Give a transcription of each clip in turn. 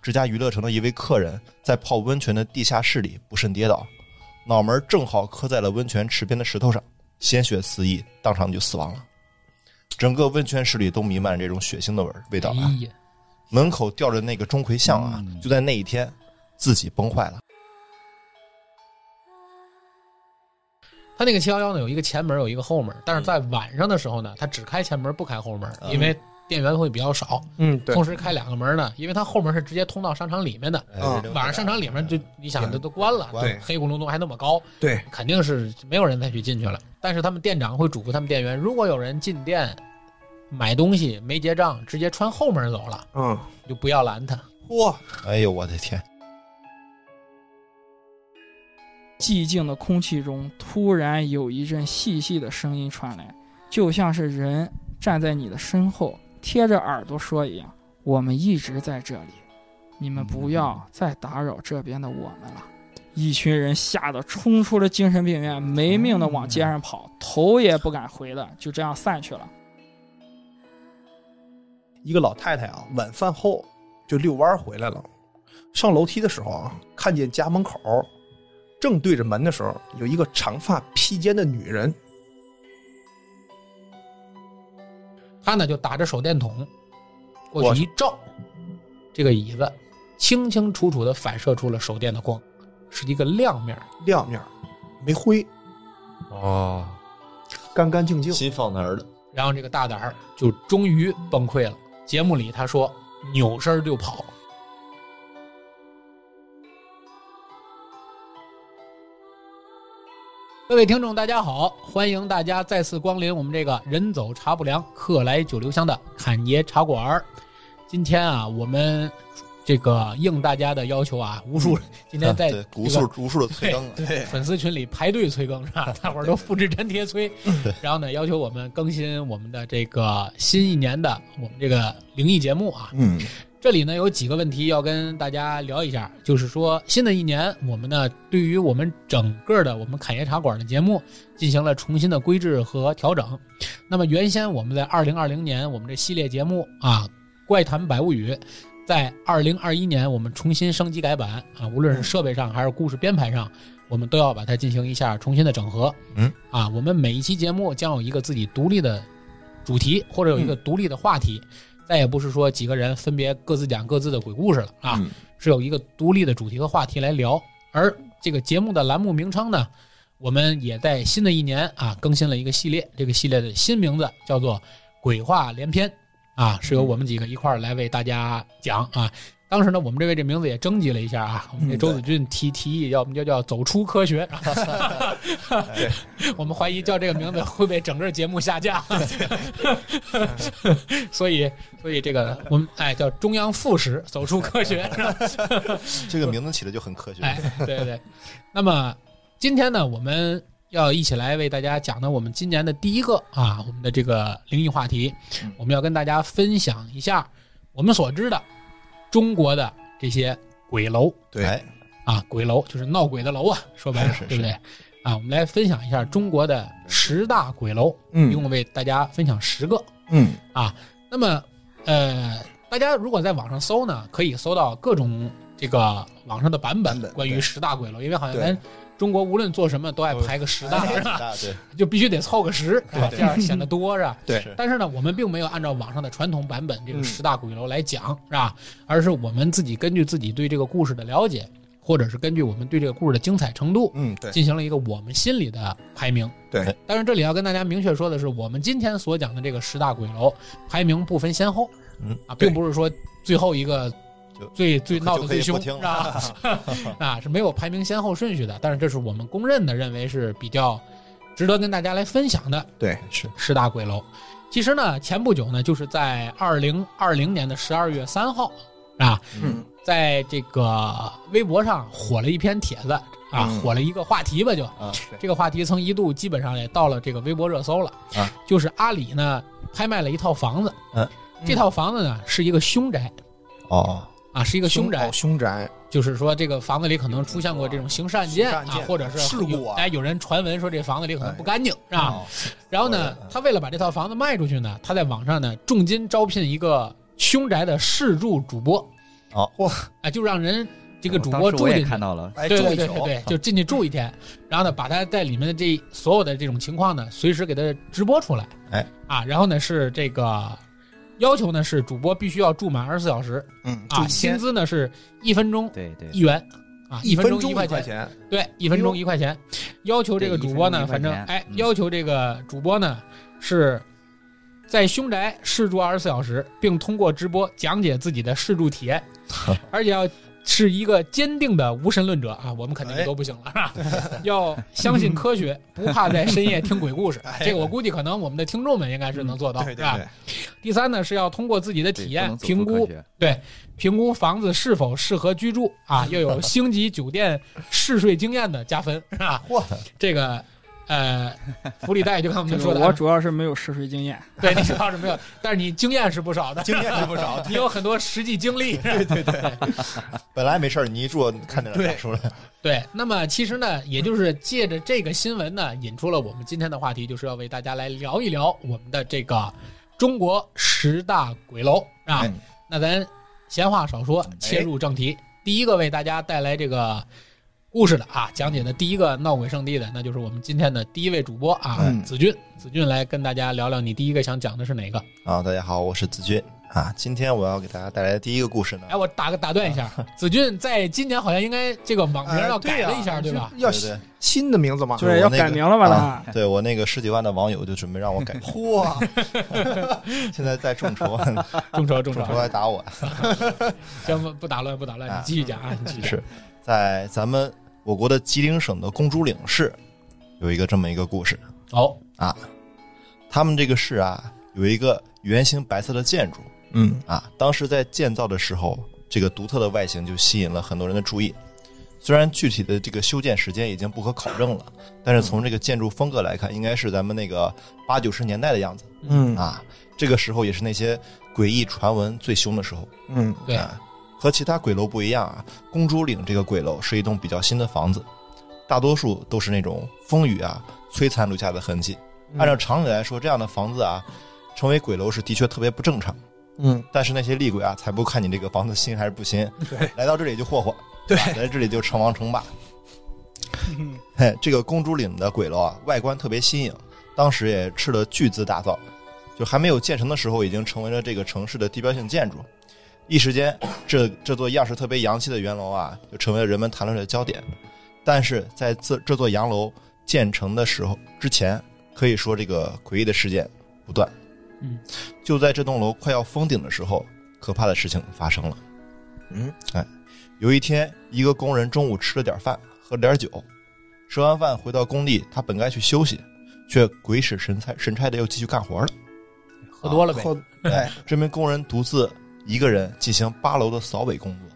之家娱乐城的一位客人在泡温泉的地下室里不慎跌倒，脑门正好磕在了温泉池边的石头上，鲜血四溢，当场就死亡了。整个温泉室里都弥漫着这种血腥的味儿味道啊！嗯哎呀，门口吊着那个钟馗像啊，嗯就在那一天自己崩坏了。他那个七幺幺呢，有一个前门，有一个后门，但是在晚上的时候呢，他只开前门不开后门，嗯因为店源会比较少。嗯，对同，时开两个门呢，因为他后门是直接通到商场里面的，哎啊这嗯晚上商场里面就你想这都关了，关了黑咕隆咚还那么高，对，肯定是没有人再去进去了。但是他们店长会嘱咐他们店员，如果有人进店买东西没结账，直接穿后门走了，嗯，就不要拦他。哇，哎呦我的天！寂静的空气中，突然有一阵细细的声音传来，就像是人站在你的身后，贴着耳朵说一样：“我们一直在这里，你们不要再打扰这边的我们了。”一群人吓得冲出了精神病院，没命的往街上跑，头也不敢回的，就这样散去了。一个老太太啊，晚饭后就遛弯儿回来了。上楼梯的时候啊，看见家门口正对着门的时候，有一个长发披肩的女人。他呢就打着手电筒过我去一照，这个椅子清清楚楚的反射出了手电的光，是一个亮面儿。亮面儿，没灰，哦，干干净净。心放哪儿了？然后这个大胆儿就终于崩溃了。节目里他说扭身儿就跑，各位听众，大家好！欢迎大家再次光临我们这个“人走茶不凉，客来酒留香”的侃爷茶馆儿。今天啊，我们这个应大家的要求啊，无数人今天在嗯对，这无个数无数的催更啊，对，粉丝群里排队催更是 吧？大伙儿都复制粘贴催，然后呢，要求我们更新我们的这个新一年的我们这个灵异节目啊。嗯，这里呢有几个问题要跟大家聊一下，就是说新的一年我们呢对于我们整个的我们侃爷茶馆的节目进行了重新的规制和调整。那么原先我们在二零二零年我们这系列节目啊《怪谈百物语》。在二零二一年，我们重新升级改版啊，无论是设备上还是故事编排上，我们都要把它进行一下重新的整合。嗯，啊，我们每一期节目将有一个自己独立的主题，或者有一个独立的话题，再也不是说几个人分别各自讲各自的鬼故事了啊，嗯是有一个独立的主题和话题来聊。而这个节目的栏目名称呢，我们也在新的一年啊更新了一个系列，这个系列的新名字叫做《鬼话连篇》啊，是由我们几个一块儿来为大家讲啊。当时呢，我们这位这名字也征集了一下啊，我们这嗯周子俊提提议，要不就叫走出科学，我们怀疑叫这个名字会被整个节目下架，啊 所以所以这个我们哎叫中央复史走出科学，是吧这个名字起的就很科学。哎对对。那么今天呢，我们要一起来为大家讲的我们今年的第一个啊，我们的这个灵异话题嗯，我们要跟大家分享一下我们所知的中国的这些鬼楼。对 哎，啊，鬼楼就是闹鬼的楼啊，说白了，是是对不对？啊，我们来分享一下中国的十大鬼楼，一嗯共为大家分享十个。嗯，那么，呃，大家如果在网上搜呢，可以搜到各种这个网上的版本版本关于对十大鬼楼，因为好像对咱中国无论做什么都爱排个十 大，是吧大对，就必须得凑个十，是吧对这样显得多是吧？对是但是呢，我们并没有按照网上的传统版本这个嗯十大鬼楼来讲，是吧？而是我们自己根据自己对这个故事的了解，或者是根据我们对这个故事的精彩程度，嗯，对，进行了一个我们心里的排名。对，但是这里要跟大家明确说的是，我们今天所讲的这个十大鬼楼排名不分先后，嗯啊，对并不是说最后一个就最最闹得最凶就可以不听是吧？ 啊，是没有排名先后顺序的，但是这是我们公认的，认为是比较值得跟大家来分享的对，是十大鬼楼。其实呢，前不久呢，就是在二零二零年的十二月三号啊，嗯，在这个微博上火了一篇帖子啊，嗯火了一个话题吧，就啊，这个话题曾一度基本上也到了这个微博热搜了啊，就是阿里呢拍卖了一套房子，嗯这套房子呢是一个凶宅哦，啊，是一个凶凶宅哦，凶宅，就是说这个房子里可能出现过这种刑事案件刑事案啊件，或者是事故有啊哎，有人传闻说这房子里可能不干净是吧？哦，然后呢对嗯，他为了把这套房子卖出去呢，他在网上呢重金招聘一个凶宅的试住主播哦哇，哎，就让人这个主当播时住我也进去看。到了，哎，对住对一对宿对，对，就进去住一天，然后呢，把他在里面的这所有的这种情况呢，随时给他直播出来。哎，啊，然后呢是这个要求呢是主播必须要住满二十四小时嗯，啊，住先薪资呢是一分钟对对，一元啊，一分分钟钟一块钱，钱，对，一分钟一块钱，要求这个主播呢，对一反分正钟一块钱哎，嗯要求这个主播呢是在凶宅试住二十四小时，并通过直播讲解自己的试住体验，而且 要是一个坚定的无神论者啊，我们肯哎定都不行了， 是吧？要相信科学，不怕在深夜听鬼故 事，哎这个我估计可能我们的听众们应该是能做到，对是对吧？对，第三呢是要通过自己的体验对不评能走出估科 学评估房子是否适合居住 啊，要有星级酒店试睡经验的加分 是吧？嚯，这个呃，福利嗯贷就看我们这说 个的，我主要是没有试水经验，对你主要是没有，但是你经验是不少的，，经验是不少 你有很多实际经历。本来没事儿，你一住看见了对打出来，对，那么其实呢，也就是借着这个新闻呢，引出了我们今天的话题，就是要为大家来聊一聊我们的这个中国十大鬼楼啊。哎那咱闲话少说，切入正题。第一个为大家带来这个故事的啊，讲解的第一个闹鬼圣地的，那就是我们今天的第一位主播啊，嗯子俊。子俊来跟大家聊聊，你第一个想讲的是哪个？啊，大家好，我是子君啊。今天我要给大家带来的第一个故事呢哎，，我打个打断一下，子俊在今年好像应该这个网名要改了一下，哎对吧？？要对对新的名字吗？就就是是我要那改个名了吧？啊他对我那个十几万的网友就准备让我 改，嚯，现在在众 筹，众筹，众众 筹，筹来打我。行，不不打乱，不打乱，哎你继续讲啊，你继续讲。是在咱们我国的吉林省的公主岭市，有一个这么一个故事。哦，他们这个市啊，有一个圆形白色的建筑嗯，啊，当时在建造的时候，这个独特的外形就吸引了很多人的注意。虽然具体的这个修建时间已经不可考证了，但是从这个建筑风格来看，应该是咱们那个八九十年代的样子嗯啊。这个时候也是那些诡异传闻最凶的时候。嗯对啊，和其他鬼楼不一样啊，公主岭这个鬼楼是一栋比较新的房子，大多数都是那种风雨啊摧残留下的痕迹。嗯按照常理来说，这样的房子啊，成为鬼楼是的确特别不正常。嗯，但是那些厉鬼啊，才不看你这个房子新还是不新，来到这里就霍霍，对吧，来这里就称王称霸。嘿，这个公主岭的鬼楼啊，外观特别新颖，当时也斥了巨资打造，就还没有建成的时候，已经成为了这个城市的地标性建筑。一时间，这这座样式特别洋气的圆楼啊，就成为了人们谈论的焦点。但是在这这座洋楼建成的时候之前，可以说这个诡异的事件不断。嗯，就在这栋楼快要封顶的时候，可怕的事情发生了。嗯，哎，有一天，一个工人中午吃了点饭，喝了点酒，吃完饭回到工地，他本该去休息，却鬼使神差神差的又继续干活了。喝多了啊呗。后哎，这名工人独自一个人进行八楼的扫尾工作。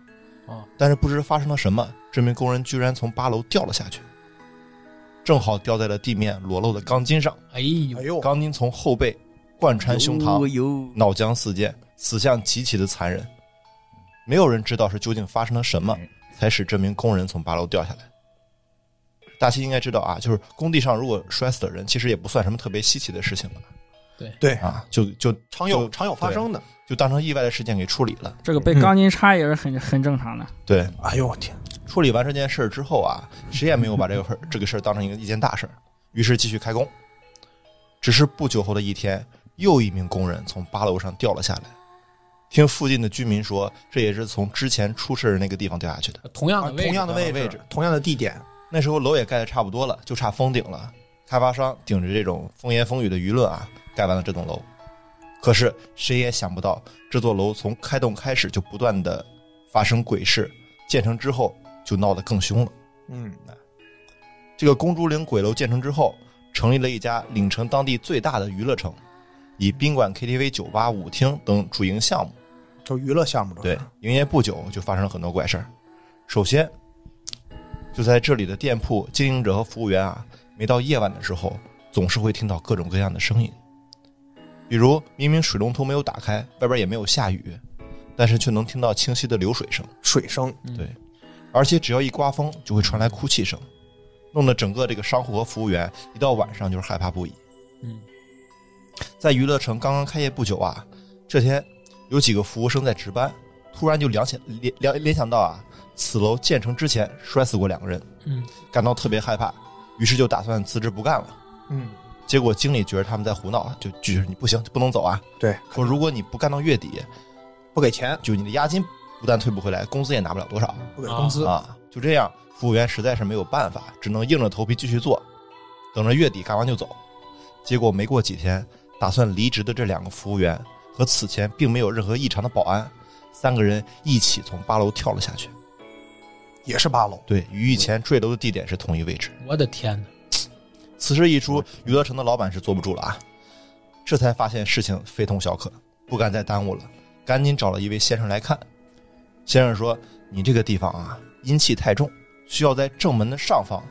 哦，但是不知发生了什么，这名工人居然从八楼掉了下去，正好掉在了地面裸露的钢筋上，哎呦哎，呦，钢筋从后背贯穿胸膛，有脑浆四溅，死相极其的残忍。没有人知道是究竟发生了什么，才使这名工人从八楼掉下来。大家应该知道啊，就是工地上如果摔死的人，其实也不算什么特别稀奇的事情了对，啊，就就常有就常有发生的。就当成意外的事件给处理了。这个被钢筋插也是很很正常的。对，哎呦我天，处理完这件事儿之后啊，谁也没有把这个事儿这个事儿当成一个一件大事儿，于是继续开工。只是不久后的一天，又一名工人从八楼上掉了下来。听附近的居民说，这也是从之前出事儿的那个地方掉下去的。同样啊的位置，同样的位位置置，同样的地点，那时候楼也盖得差不多了，就差封顶了。开发商顶着这种风言风语的舆论啊，盖完了这栋楼。可是谁也想不到，这座楼从开动开始就不断的发生鬼事，建成之后就闹得更凶了。嗯，这个公主岭鬼楼建成之后，成立了一家岭城当地最大的娱乐城，以宾馆、KTV、酒吧、舞厅等主营项目。就娱乐项目的，对，营业不久就发生了很多怪事儿。首先，就在这里的店铺经营者和服务员啊，每到夜晚的时候，总是会听到各种各样的声音，比如明明水龙头没有打开，外边也没有下雨，但是却能听到清晰的流水声。水声，而且只要一刮风，就会传来哭泣声，弄得整个这个商户和服务员一到晚上就是害怕不已。嗯，在娱乐城刚刚开业不久啊，这天有几个服务生在值班，突然就联想联联联想到啊，此楼建成之前摔死过两个人，嗯，感到特别害怕，于是就打算辞职不干了。嗯，结果经理觉得他们在胡闹，啊就拒绝你不行，不能走啊。对，说如果你不干到月底，不给钱，就你的押金不但退不回来，工资也拿不了多少不给工资，啊。就这样，服务员实在是没有办法，只能硬着头皮继续做，等着月底干完就走。结果没过几天，打算离职的这两个服务员和此前并没有任何异常的保安，三个人一起从八楼跳了下去。也是八楼。对，与以前坠楼的地点是同一位置。我的天哪！此事一出，娱乐城的老板是坐不住了啊，这才发现事情非同小可，不敢再耽误了，赶紧找了一位先生来看。先生说：“你这个地方啊，阴气太重，需要在正门的上方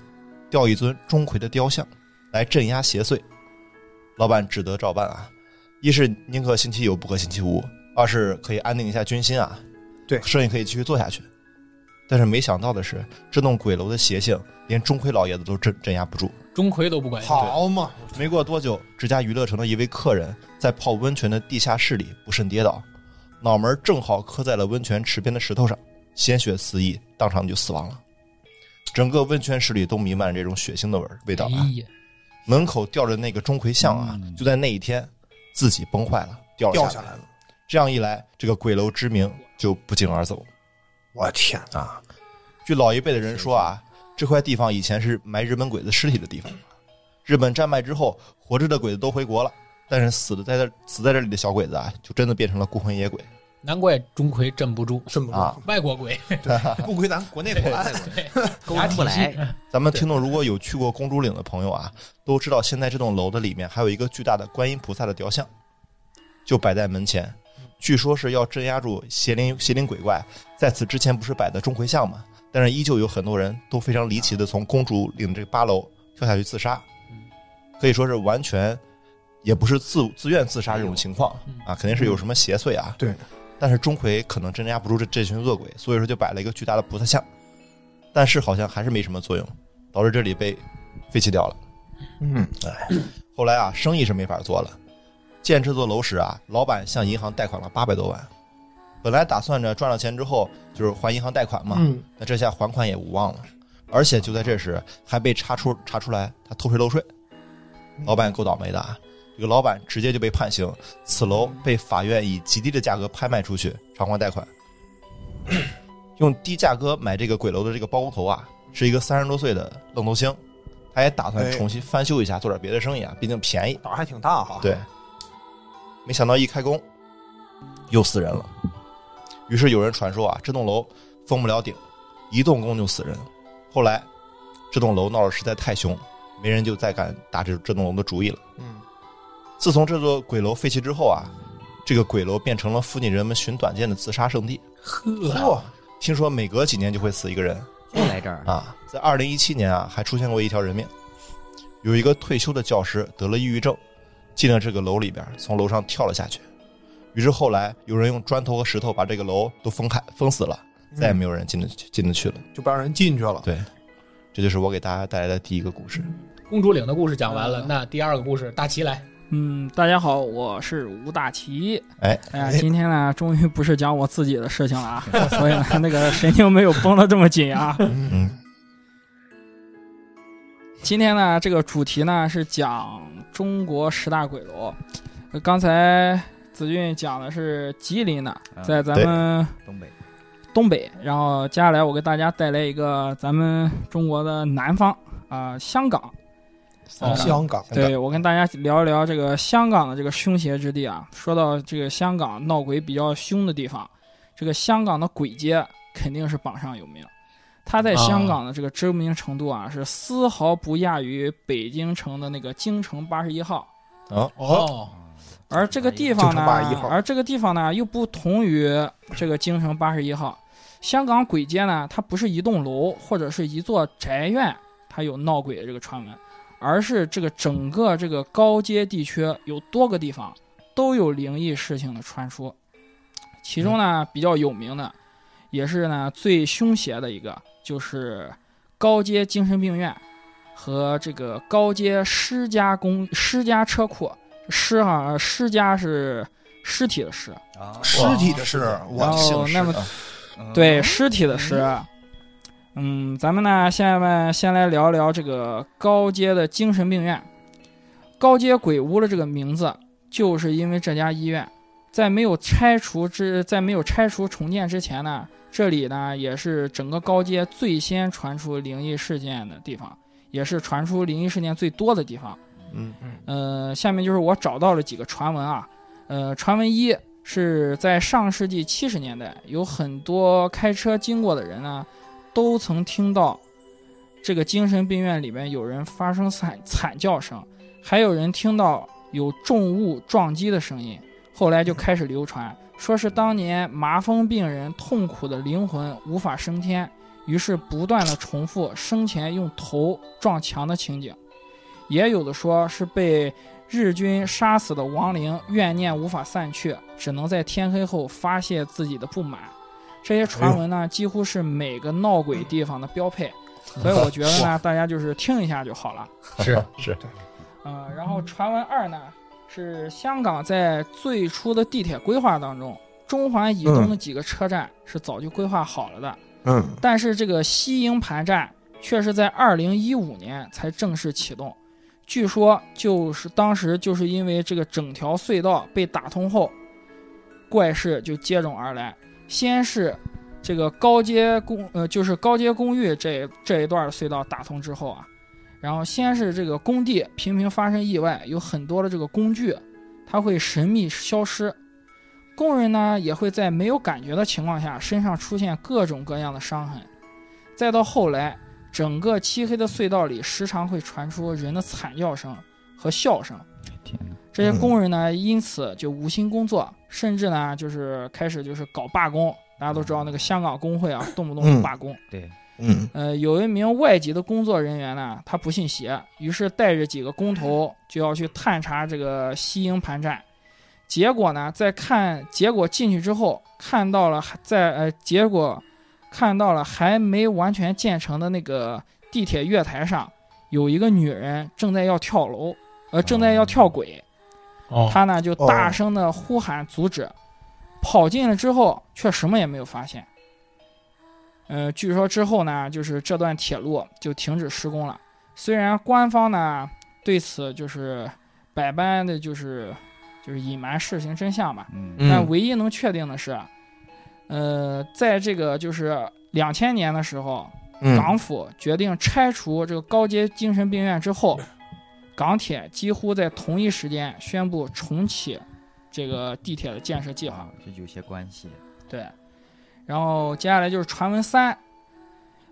吊一尊钟馗的雕像，来镇压邪祟。”老板只得照办啊，一是宁可信其有，不可信其无；二是可以安定一下军心啊，对生意可以继续做下去。但是没想到的是，这栋鬼楼的邪性连钟馗老爷子都镇镇压不住。钟馗都不管用，好嘛，没过多久，这家娱乐城的一位客人在泡温泉的地下室里不慎跌倒，脑门正好磕在了温泉池边的石头上，鲜血四溢，当场就死亡了。整个温泉室里都弥漫着这种血腥的味儿味道啊哎！呀，门口吊着那个钟馗像啊，就在那一天自己崩坏了，掉了掉下下来。来了，这样一来，这个鬼楼之名就不胫而走我天哪，啊！据老一辈的人说啊，这块地方以前是埋日本鬼子尸体的地方。日本战败之后，活着的鬼子都回国了，但是死的在这死在这里的小鬼子啊，就真的变成了孤魂野鬼。难怪钟馗镇不住，真不啊错外国鬼不归咱 国内管。勾拿不来，咱们听众如果有去过公主岭的朋友啊，都知道现在这栋楼的里面还有一个巨大的观音菩萨的雕像，就摆在门前，据说是要镇压住邪灵邪灵鬼怪。在此之前不是摆的钟馗像嘛，但是依旧有很多人都非常离奇的从公主岭这八楼跳下去自杀，可以说是完全也不是自自愿自杀这种情况嗯啊，肯定是有什么邪祟啊。对，但是钟馗可能镇压不住这这群恶鬼，所以说就摆了一个巨大的菩萨像，但是好像还是没什么作用，导致这里被废弃掉了。嗯，后来啊，生意是没法做了。建这座楼时啊，老板向银行贷款了八百多万，本来打算着赚了钱之后就是还银行贷款嘛，嗯，那这下还款也无望了。而且就在这时，还被查出查出来他偷税漏税，老板够倒霉的啊！这个老板直接就被判刑，此楼被法院以极低的价格拍卖出去偿还贷款。 用低价格买这个鬼楼的这个包工头啊，是一个三十多岁的愣头青，他也打算哎重新翻修一下，做点别的生意啊，毕竟便宜。胆儿还挺大哈。对，没想到一开工又死人了。于是有人传说啊，这栋楼封不了顶，一动工就死人。后来这栋楼闹得实在太凶，没人就再敢打这这栋楼的主意了。嗯，自从这座鬼楼废弃之后啊，这个鬼楼变成了附近人们寻短见的自杀圣地。呵，啊嚯，听说每隔几年就会死一个人，又来这 儿了。啊，在二零一七年啊，还出现过一条人命，有一个退休的教师得了抑郁症，进了这个楼里边，从楼上跳了下去。于是后来有人用砖头和石头把这个楼都封开封死了，再也没有人进得去进得去了。嗯就不让人进去了。对，这就是我给大家带来的第一个故事。公主岭的故事讲完了，嗯那第二个故事大齐来，嗯，大家好，我是吴大奇。哎，哎呀，今天呢，终于不是讲我自己的事情了啊， 所以呢，那个神经没有绷得这么紧啊。 嗯今天呢，这个主题呢是讲中国十大鬼楼。呃刚才子俊讲的是吉林的，嗯在咱们东北，东北，然后接下来我给大家带来一个咱们中国的南方啊、香港。啊嗯香港，香港对我跟大家聊一聊这个香港的这个凶邪之地啊。说到这个香港闹鬼比较凶的地方，这个香港的鬼街肯定是榜上有名。它在香港的这个知名程度啊，是丝毫不亚于北京城的那个京城八十一号。 哦，而这个地方呢京城81号，而这个地方呢又不同于这个京城八十一号。香港鬼街呢，它不是一栋楼或者是一座宅院，它有闹鬼的这个传闻，而是这个整个这个高街地区有多个地方都有灵异事情的传说。其中呢，比较有名的，也是呢最凶邪的一个，就是高街精神病院和这个高街施家工施家车库。施哈施家是尸体的尸，啊尸体的尸，我然姓后氏哦那么啊嗯对尸体的尸。嗯，咱们呢，下面先来聊聊这个高阶的精神病院。高阶鬼屋的这个名字，就是因为这家医院在没有拆除之，在没有拆除重建之前呢，这里呢也是整个高阶最先传出灵异事件的地方，也是传出灵异事件最多的地方。嗯呃，下面就是我找到了几个传闻啊。呃，传闻一是在上世纪七十年代，有很多开车经过的人呢，都曾听到这个精神病院里面有人发生惨惨叫声，还有人听到有重物撞击的声音。后来就开始流传，说是当年麻风病人痛苦的灵魂无法升天，于是不断的重复生前用头撞墙的情景。也有的说是被日军杀死的亡灵怨念无法散去，只能在天黑后发泄自己的不满。这些传闻呢，几乎是每个闹鬼地方的标配，所以我觉得呢，大家就是听一下就好了。是是，呃，然后传闻二呢，是香港在最初的地铁规划当中，中环以东的几个车站是早就规划好了的，嗯，但是这个西营盘站却是在二零一五年才正式启动。据说就是当时就是因为这个整条隧道被打通后，怪事就接踵而来。先是这个高街公呃，就是高街公寓这这一段隧道打通之后啊，然后先是这个工地频频发生意外，有很多的这个工具，它会神秘消失。工人呢也会在没有感觉的情况下，身上出现各种各样的伤痕。再到后来，整个漆黑的隧道里时常会传出人的惨叫声和笑声。天哪，这些工人呢，因此就无心工作，甚至呢就是开始就是搞罢工。大家都知道那个香港工会啊，动不动就罢工。对，嗯呃，有一名外籍的工作人员呢，他不信邪，于是带着几个工头就要去探查这个西营盘站。结果呢，在看结果进去之后，看到了还在呃，结果看到了还没完全建成的那个地铁月台上，有一个女人正在要跳楼，呃，正在要跳轨。哦，他呢就大声的呼喊阻止，跑进了之后却什么也没有发现。呃，据说之后呢，就是这段铁路就停止施工了。虽然官方呢对此就是百般的就是就是隐瞒事情真相吧，嗯，但嗯唯一能确定的是，呃，在这个就是两千年的时候，嗯港府决定拆除这个高阶精神病院之后，港铁几乎在同一时间宣布重启这个地铁的建设计划。啊这有些关系，对，然后接下来就是传闻三，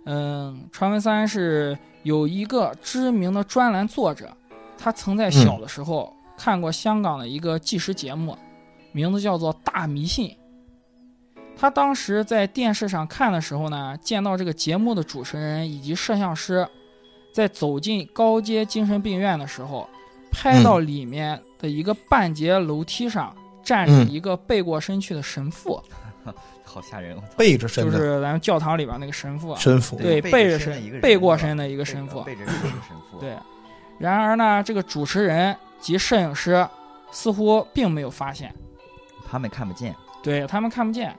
嗯，传闻三是有一个知名的专栏作者，他曾在小的时候看过香港的一个纪实节目，名字叫做《大迷信》。他当时在电视上看的时候呢，见到这个节目的主持人以及摄像师，在走进高阶精神病院的时候，拍到里面的一个半截楼梯上站着嗯一个背过身去的神父。好吓人，我操，嗯背着身就子，是咱们教堂里边那个神父啊，神父，对，背背着着身的一身个人背过是吧身的一个背神父，啊背着人是神父，对。然而呢，这个主持人及摄影师似乎并没有发现，他们看不见，对他们看不见。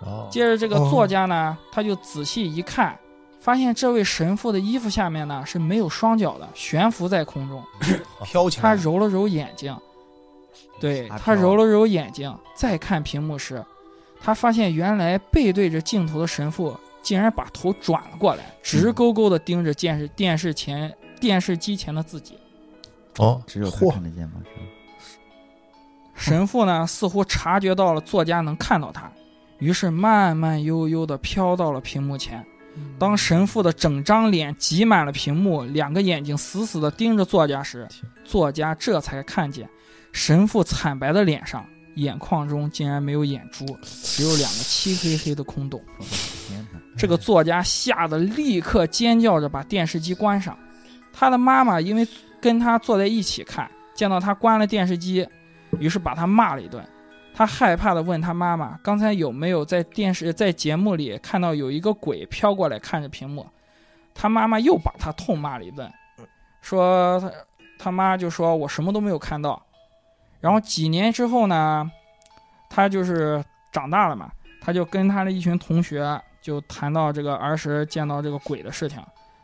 哦接着这个哦作家呢，他就仔细一看，发现这位神父的衣服下面呢是没有双脚的，悬浮在空中。飘起来，他揉了揉眼睛，对阿他飘揉了揉眼睛，再看屏幕时，他发现原来背对着镜头的神父竟然把头转了过来，直勾勾地盯着电视电视前电视机前的自己。哦，只有他嚯看得见吗？是吧神父呢，似乎察觉到了作家能看到他，于是慢慢悠悠地飘到了屏幕前。当神父的整张脸挤满了屏幕，两个眼睛死死地盯着作家时，作家这才看见神父惨白的脸上，眼眶中竟然没有眼珠，只有两个漆黑黑的空洞。我的天哪，这个作家吓得立刻尖叫着把电视机关上。他的妈妈因为跟他坐在一起看，见到他关了电视机，于是把他骂了一顿。他害怕地问他妈妈：“刚才有没有在电视在节目里看到有一个鬼飘过来看着屏幕？”他妈妈又把他痛骂了一顿，说他他妈就说我什么都没有看到。然后几年之后呢，他就是长大了嘛，他就跟他的一群同学就谈到这个儿时见到这个鬼的事情，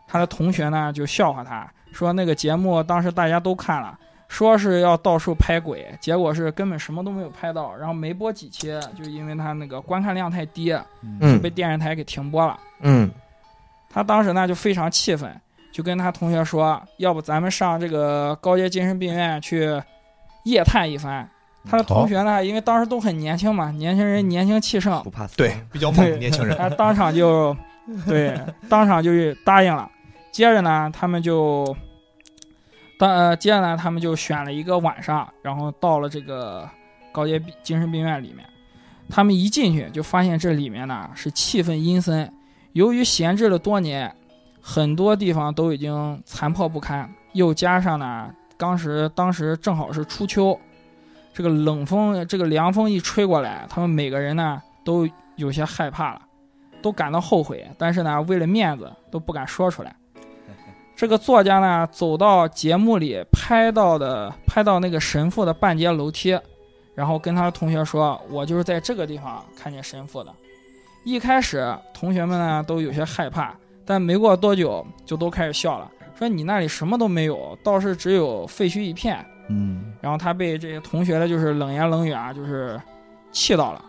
他的同学呢就笑话他说那个节目当时大家都看了。说是要到处拍鬼，结果是根本什么都没有拍到，然后没播几期，就因为他那个观看量太低，嗯嗯被电视台给停播了。嗯他当时呢就非常气愤，就跟他同学说：“要不咱们上这个高阶精神病院去夜探一番。”他的同学呢，因为当时都很年轻嘛，年轻人年轻气盛不，怕死，对， 比较猛，年轻人。他当场就对当场就答应了。接着呢，他们就当、呃、接着呢，他们就选了一个晚上，然后到了这个高阶病精神病院里面。他们一进去就发现这里面呢是气氛阴森，由于闲置了多年，很多地方都已经残破不堪，又加上呢，当时当时正好是初秋，这个冷风这个凉风一吹过来，他们每个人呢都有些害怕了，都感到后悔，但是呢，为了面子都不敢说出来。这个作家呢，走到节目里拍到的，拍到那个神父的半截楼梯，然后跟他的同学说：“我就是在这个地方看见神父的。”一开始，同学们呢都有些害怕，但没过多久就都开始笑了，说：“你那里什么都没有，倒是只有废墟一片。”嗯，然后他被这些同学的就是冷言冷语啊，就是气到了，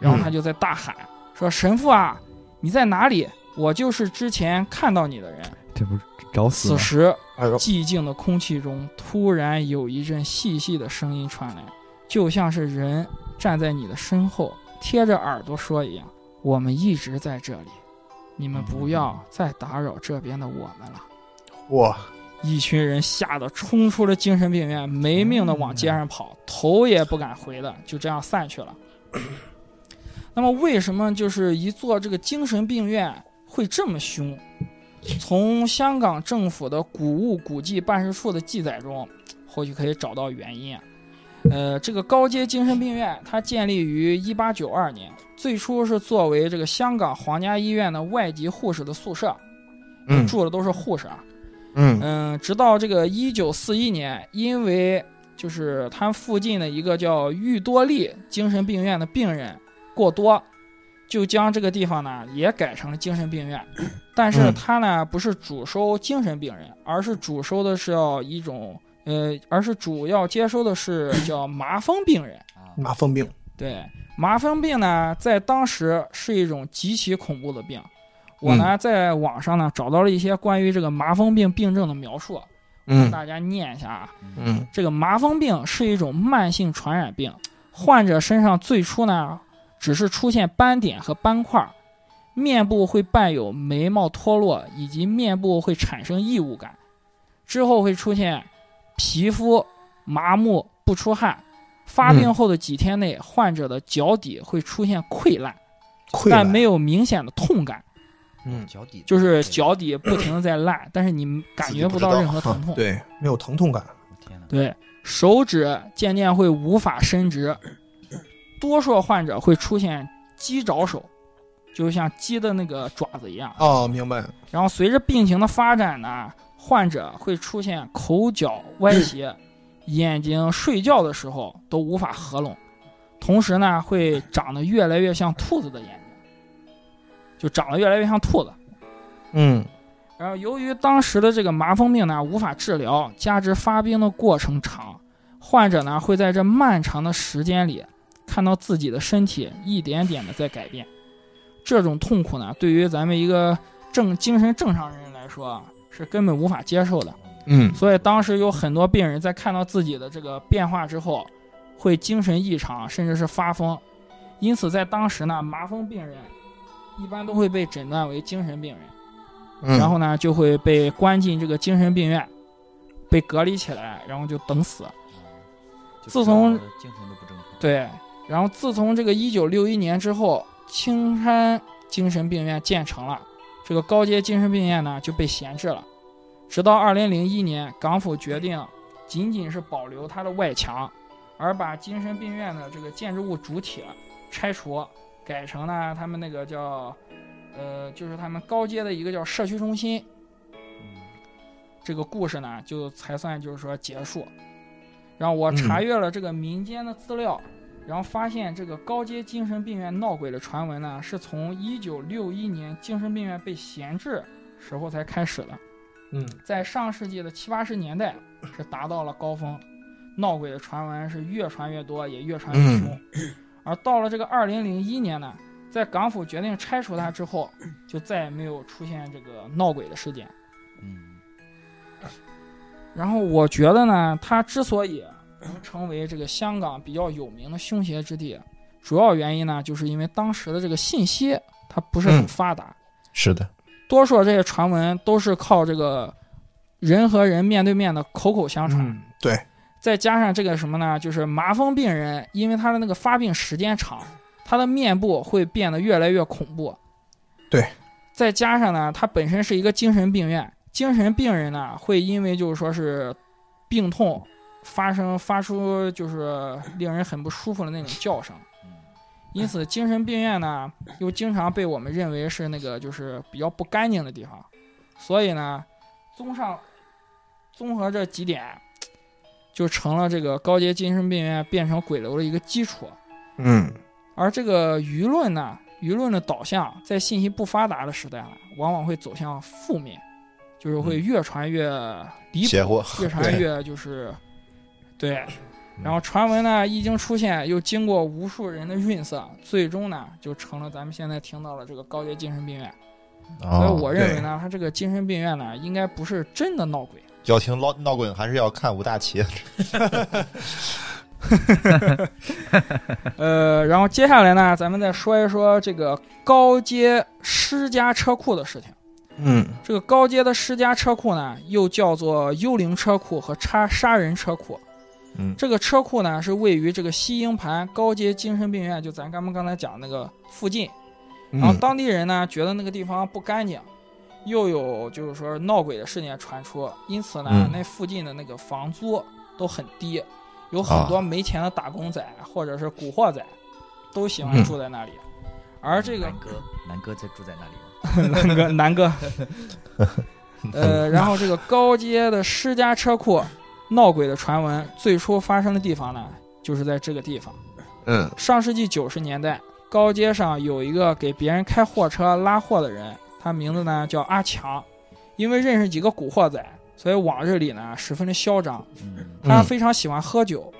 然后他就在大喊、说：“神父啊，你在哪里？我就是之前看到你的人。这不是找”死此吗？时，哎呦，寂静的空气中突然有一阵细细的声音传来，就像是人站在你的身后贴着耳朵说一样：“我们一直在这里，你们不要再打扰这边的我们了。” 哇，一群人吓得冲出了精神病院，没命的往街上跑，头也不敢回的，就这样散去了。那么，为什么就是一座这个精神病院会这么凶？从香港政府的古物古迹办事处的记载中，或许可以找到原因啊。呃，这个高阶精神病院它建立于一八九二年，最初是作为这个香港皇家医院的外籍护士的宿舍，嗯住的都是护士啊。嗯嗯，直到这个一九四一年，因为就是他附近的一个叫玉多利精神病院的病人过多，就将这个地方呢也改成了精神病院。但是嗯他呢不是主收精神病人，而是主收的是要一种呃，而是主要接收的是叫麻风 病人。啊麻风病，对，麻风病呢，在当时是一种极其恐怖的病。我嗯呢，在网上呢找到了一些关于这个麻风病病症的描述，啊嗯大家念一下啊。嗯这个麻风病是一种慢性传染病，患者身上最初呢只是出现斑点和斑块，面部会伴有眉毛脱落，以及面部会产生异物感，之后会出现皮肤麻木、不出汗。发嗯病后的几天内，患者的脚底会出现溃烂，溃但烂没有明显的痛感，嗯，脚底就是，脚底不停的在烂，但是你感觉不到任 何疼痛。对，没有疼痛感，我天哪，对，手指渐渐会无法伸直，多数患者会出现鸡爪手，就像鸡的那个爪子一样。哦，明白，然后随着病情的发展呢，患者会出现口角歪斜，眼睛睡觉的时候都无法合拢，同时呢会长得越来越像兔子的眼睛，就长得越来越像兔子。嗯然后由于当时的这个麻风病呢无法治疗，加之发病的过程长，患者呢会在这漫长的时间里看到自己的身体一点点的在改变。这种痛苦呢，对于咱们一个正精神正常人来说啊，是根本无法接受的。嗯所以当时有很多病人在看到自己的这个变化之后，会精神异常，甚至是发疯。因此，在当时呢，麻风病人一般都会被诊断为精神病人。嗯，然后呢就会被关进这个精神病院，被隔离起来，然后就等死。啊就自从知道精神都不正常，对，然后自从这个一九六一年之后，青山精神病院建成了，这个高阶精神病院呢就被闲置了，直到二零零一年，港府决定仅仅是保留它的外墙，而把精神病院的这个建筑物主体啊拆除，改成了他们那个叫，呃，就是他们高阶的一个叫社区中心。这个故事呢，就才算就是说结束。然后我查阅了这个民间的资料，然后发现这个高阶精神病院闹鬼的传闻呢，是从1961年精神病院被闲置时候才开始的。嗯，在上世纪的七八十年代是达到了高峰，闹鬼的传闻是越传越多，也越传越凶。而到了这个二零零一年呢，在港府决定拆除它之后，就再也没有出现这个闹鬼的事件。嗯，然后我觉得呢，它之所以能成为这个香港比较有名的凶邪之地，主要原因呢，就是因为当时的这个信息它不是很发达，是的，多数这些传闻都是靠这个人和人面对面的口口相传。嗯，对，再加上这个什么呢？就是麻风病人，因为他的那个发病时间长，他的面部会变得越来越恐怖。对，再加上呢，他本身是一个精神病院，精神病人呢会因为就是说是病痛发生发出就是令人很不舒服的那种叫声，因此精神病院呢又经常被我们认为是那个就是比较不干净的地方，所以呢，综上综合这几点。就成了这个高阶精神病院变成鬼楼的一个基础。嗯，而这个舆论呢，舆论的导向在信息不发达的时代呢，往往会走向负面，就是会越传越离谱，邪乎，越传越就是对。然后传闻呢一经出现，又经过无数人的润色，最终呢就成了咱们现在听到了这个高阶精神病院。所以我啊认为呢，它这个精神病院呢，应该不是真的闹鬼。要听闹闹鬼，还是要看武大奇？呃，然后接下来呢，咱们再说一说这个高阶私家车库的事情。嗯，这个高阶的私家车库呢，又叫做幽灵车库和杀杀人车库。嗯这个车库呢是位于这个西营盘高阶精神病院，就咱刚刚才讲那个附近。嗯然后当地人呢觉得那个地方不干净，又有就是说闹鬼的事件传出，因此呢，嗯那附近的那个房租都很低，有很多没钱的打工仔、或者是古惑仔都喜欢嗯住在那里。而这个南哥，南哥在住在那 里吗？南哥，南哥，呃，然后这个高阶的私家车库闹鬼的传闻，最初发生的地方呢，就是在这个地方。嗯上世纪九十年代，高街上有一个给别人开货车拉货的人，他名字呢叫阿强，因为认识几个古惑仔，所以往日里呢十分的嚣张。嗯，他非常喜欢喝酒，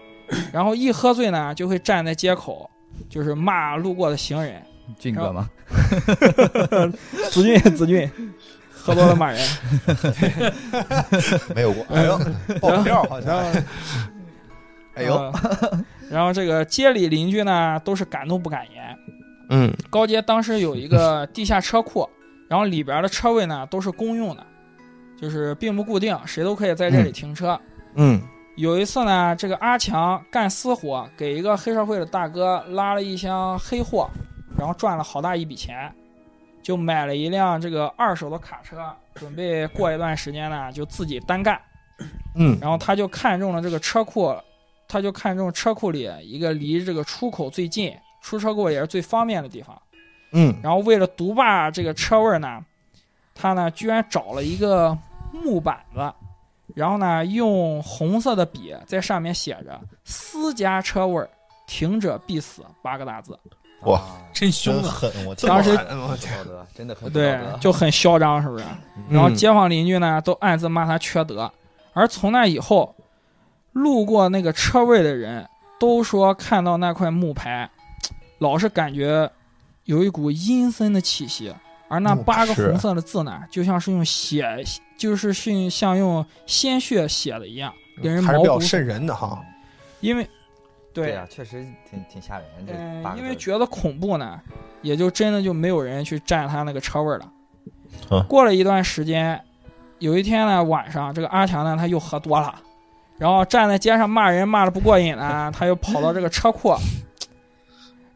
然后一喝醉呢就会站在街口，就是骂路过的行人。俊哥吗？ 子俊，子俊，喝多了骂人。没有 过，哎呦，爆票好像， 哎呦，呃然后这个街里邻居呢都是敢怒不敢言。嗯高街当时有一 个地下车库，然后里边的车位呢都是公用的，就是并不固定，谁都可以在这里停车。嗯有一次呢，这个阿强干私活，给一个黑社会的大哥拉了一箱黑货，然后赚了好大一笔钱，就买了一辆这个二手的卡车，准备过一段时间呢就自己单干。嗯然后他就看中了这个车库，他就看中车库里一个离这个出口最近、出车库也是最方便的地方。嗯，然后为了独霸这个车位呢，他呢居然找了一个木板子，然后呢用红色的笔在上面写着“私家车位，停者必死”八个大字。哇啊，真凶真啊！狠！我这天么当时狠我不天道德，真的很不道对德，就很嚣张，是不是？然后嗯街坊邻居呢都暗自骂他缺德。而从那以后，路过那个车位的人都说看到那块木牌，老是感觉有一股阴森的气息。而那哦木八个是红色的字呢，就像是用血，就是是像用鲜血写的一样，令人嗯还是毛比较骨。瘆人的哈，因为，对对，啊，确实挺挺吓人的。这嗯，八个因为字觉得恐怖呢，也就真的就没有人去占他那个车位了。啊过了一段时间，有一天呢晚上，这个阿强呢他又喝多了，然后站在街上骂人骂的不过瘾呢，他又跑到这个车库，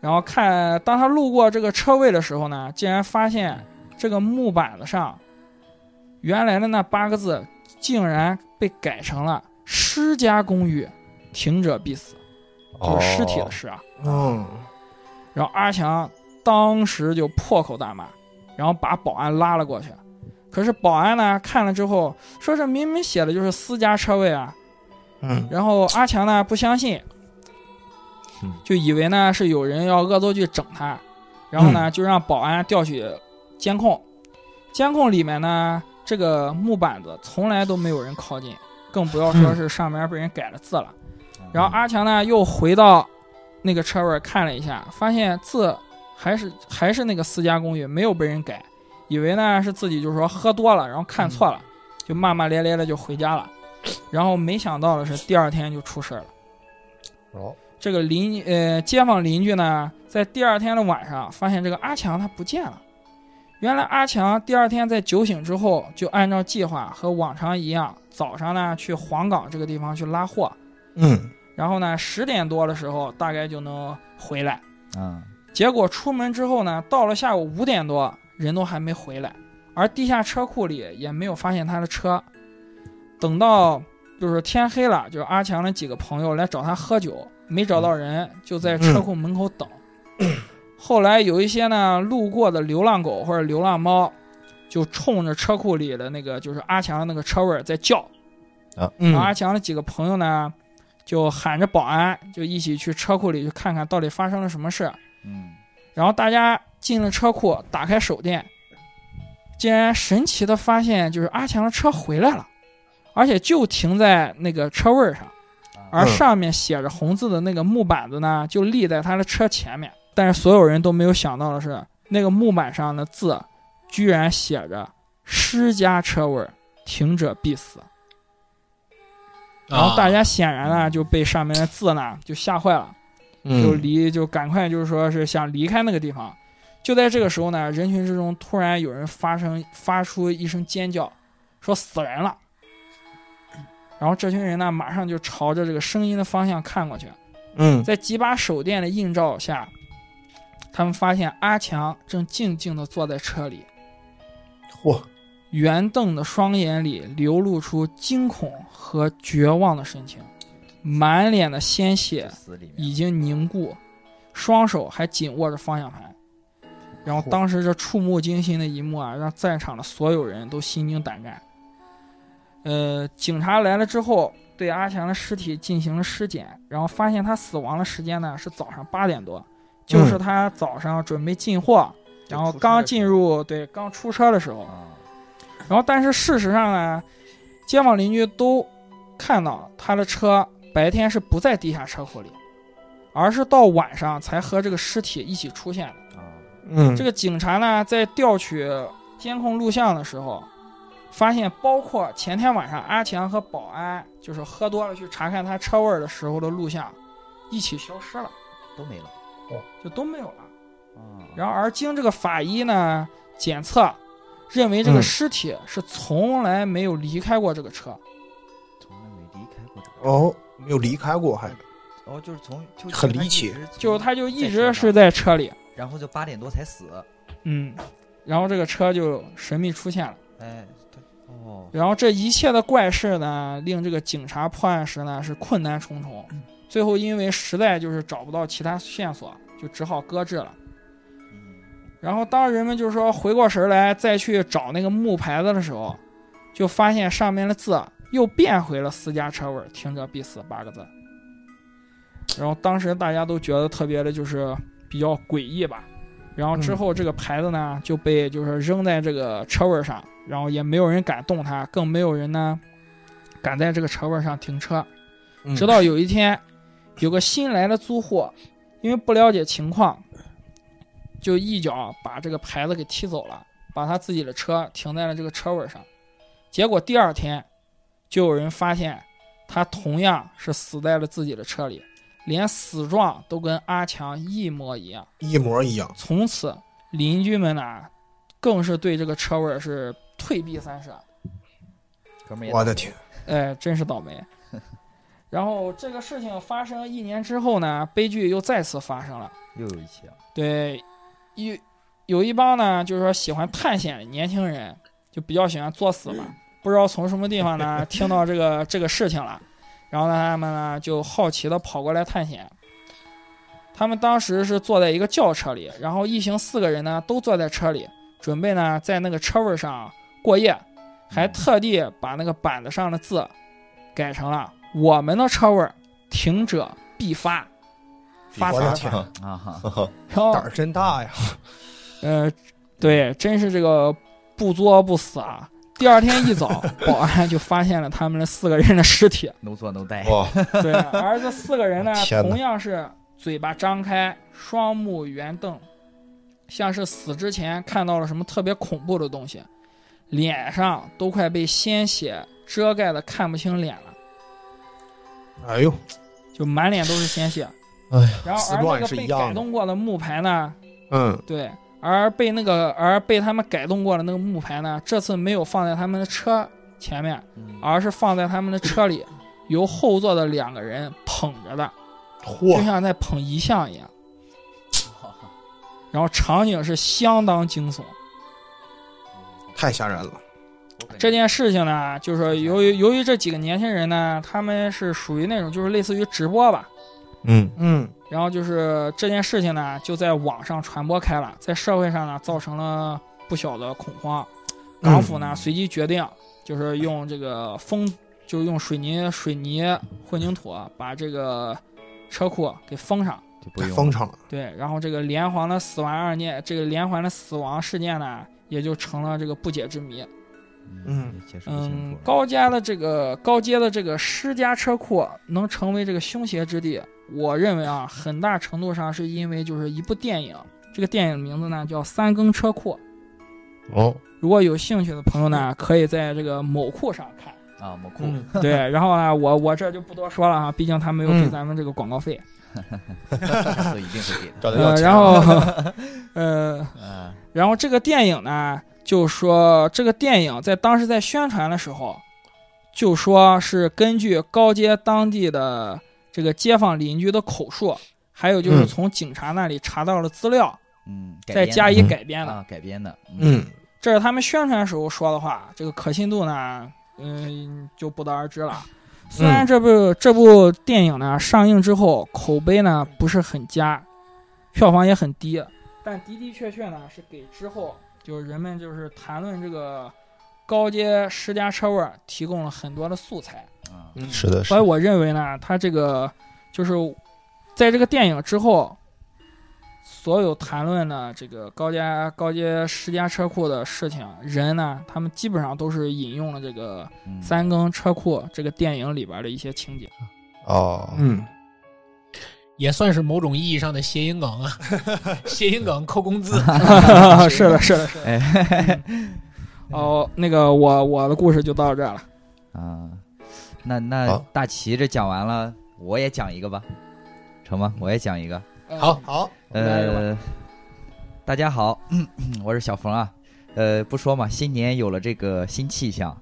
然后看当他路过这个车位的时候呢，竟然发现这个木板子上原来的那八个字竟然被改成了“施家公寓，停者必死”，哦就是尸体的尸啊。嗯然后阿强当时就破口大骂，然后把保安拉了过去。可是保安呢看了之后说：“这明明写的就是私家车位啊。嗯”然后阿强呢不相信，嗯就以为呢是有人要恶作剧整他，然后呢就让保安调取监控，监控里面呢这个木板子从来都没有人靠近，更不要说是上面被人改了字了。嗯然后阿强呢又回到那个车位看了一下，发现字还是还是那个私家公寓，没有被人改，以为呢是自己就是说喝多了，然后看错了，就骂骂咧咧的就回家了。然后没想到的是，第二天就出事儿了。哦，这个邻呃街坊邻居呢，在第二天的晚上发现这个阿强他不见了。原来阿强第二天在酒醒之后，就按照计划和往常一样，早上呢去黄冈这个地方去拉货，嗯，然后呢十点多的时候大概就能回来。嗯，结果出门之后呢，到了下午五点多，人都还没回来，而地下车库里也没有发现他的车。等到就是天黑了，就是阿强的几个朋友来找他喝酒，没找到人，就在车库门口等。后来有一些呢路过的流浪狗或者流浪猫，就冲着车库里的那个就是阿强的那个车位在叫，然后阿嗯，强的几个朋友呢，就喊着保安，就一起去车库里去看看到底发生了什么事。嗯，然后大家进了车库，打开手电，竟然神奇的发现，就是阿强的车回来了，而且就停在那个车位上，而上面写着红字的那个木板子呢，就立在他的车前面。但是所有人都没有想到的是，那个木板上的字，居然写着“施加车位，停者必死”。然后啊大家显然呢就被上面的字呢就吓坏了，就离就赶快就是说是想离开那个地方。就在这个时候呢，人群之中突然有人发生发出一声尖叫，说死人了。然后这群人呢马上就朝着这个声音的方向看过去，嗯，在几把手电的映照下，他们发现阿强正静静地坐在车里，嚯，圆瞪的双眼里流露出惊恐和绝望的神情，满脸的鲜血死里面已经凝固，双手还紧握着方向盘。然后当时这触目惊心的一幕啊，让在场的所有人都心惊胆战。呃，警察来了之后，对阿强的尸体进行了尸检，然后发现他死亡的时间呢是早上八点多，就是他早上准备进货，然后刚进入对刚出车的时候。啊，然后，但是事实上呢，街坊邻居都看到他的车白天是不在地下车库里，而是到晚上才和这个尸体一起出现的。啊嗯，这个个警察呢，在调取监控录像的时候，发现包括前天晚上阿强和保安就是喝多了去查看他车位的时候的录像，一起消失了，都没了就都没有了。啊，然后而经这个法医呢检测，认为这个嗯尸体是从来没有离开过这个车。从来没离开过这个，哦，没有离开过，还哦，就是从就很离奇，就是他就一直是，在车里，然后就八点多才死，嗯，然后这个车就神秘出现了。哎，对，哦，然后这一切的怪事呢，令这个警察破案时呢是困难重重，最后因为实在就是找不到其他线索，就只好搁置了。嗯，然后当人们就是说回过神来再去找那个木牌子的时候，就发现上面的字又变回了私家车位，听者必死八个字。然后当时大家都觉得特别的，就是比较诡异吧。然后之后这个牌子呢就被就是扔在这个车位上，然后也没有人敢动它，更没有人呢敢在这个车位上停车。直到有一天，有个新来的租户，因为不了解情况，就一脚把这个牌子给踢走了，把他自己的车停在了这个车位上。结果第二天，就有人发现他同样是死在了自己的车里，连死状都跟阿强一模一样。一模一样，从此，邻居们呐、更是对这个车位是退避三舍。哥们儿也我的天，哎，真是倒霉。 然后这个事情发生一年之后呢，悲剧又再次发生了。又有一起了，对，有有一帮呢，就是说喜欢探险的年轻人，就比较喜欢作死嘛。不知道从什么地方呢听到这个这个事情了，然后呢，他们呢就好奇的跑过来探险。他们当时是坐在一个轿车里，然后一行四个人呢都坐在车里，准备呢在那个车位上过夜，还特地把那个板子上的字改成了“我们的车位，停者必发”，发我的财天吧。啊哈，然后胆儿真大呀！呃，对，真是这个不作不死啊！第二天 一早，保安就发现了他们四个人的尸体。能做能带，哇，，对，而这四 个人呢天哪同样是嘴巴张开，双目圆瞪，像是死之前看到了什么特别恐怖的东西，脸上都快被鲜血遮盖的看不清脸了，哎呦，就满脸都是鲜血。哎呀然死后状而也那是个一被样的改动过的木牌呢，嗯，对，而被那个而被他们改动过的那个木牌呢，这次没有放在他们的车前面，嗯而是放在他们的车里，由后座的两个人捧着的，就嚯，像在捧遗像一样。然后场景是相当惊悚。太吓人了！这件事情呢，就是说由于由于这几个年轻人呢，他们是属于那种就是类似于直播吧，嗯，嗯，然后就是这件事情呢就在网上传播开了，在社会上呢造成了不小的恐慌。港府呢嗯随即决定，就是用这个封，就是用水泥、水泥混凝土啊把这个车库给封上。就不太用疯场了，对，然后这个连环的死亡案件，这个连环的死亡事件呢，也就成了这个不解之谜。嗯，也解释不清嗯楚，高家的这个高阶的这个施家车库能成为这个凶邪之地，我认为啊，很大程度上是因为就是一部电影，这个电影名字呢叫《三更车库》。哦，如果有兴趣的朋友呢，可以在这个某库上看。啊，魔库，嗯，对，然后呢，我我这就不多说了哈，毕竟他没有给嗯咱们这个广告费。下次一定会给的，找他要呃，钱，然后， 呃，嗯然后这个电影呢，就说这个电影在当时在宣传的时候，就说是根据高街当地的这个街坊邻居的口述，还有就是嗯从警察那里查到了资料，嗯，再加以嗯改编的。啊改编的，嗯，这是他们宣传时候说的话，这个可信度呢，嗯，就不得而知了。虽然这部、这部电影呢上映之后口碑呢不是很佳，票房也很低，但的的确确呢是给之后就是人们就是谈论这个高阶十家车位儿提供了很多的素材。啊，嗯是的，是所以我认为呢，他这个就是在这个电影之后，所有谈论的这个高家高阶十家车库的事情，人呢，他们基本上都是引用了这个嗯《三更车库》这个电影里边的一些情节。哦，嗯，也算是某种意义上的谐音梗啊，谐音梗扣工资。 是的，是的，是的。哎 哦，那个我我的故事就到这儿了。 啊，那那好大齐这讲完了，我也讲一个吧，成吗？我也讲一个，呃 好，好，来吧呃，大家好， 我是小冯啊。呃，不说嘛，新年有了这个新气象，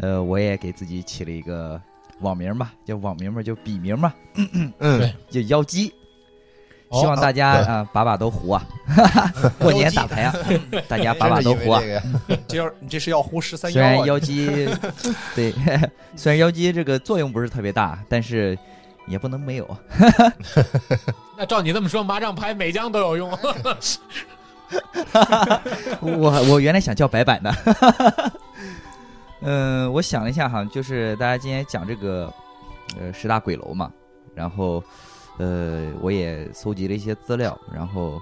呃，我也给自己起了一个网名吧，叫网名嘛，就笔名嘛，嗯，就妖姬。哦希望大家啊对啊、把把 都胡啊，过年打牌啊，大家把把都胡啊。这要你这是要呼十三虽然幺啊，妖姬对，虽然妖姬这个作用不是特别大，但是也不能没有。那照你这么说，麻将牌每张都有用。我我原来想叫白板的， 嗯，我想了一下哈，就是大家今天讲这个呃十大鬼楼嘛，然后呃我也搜集了一些资料，然后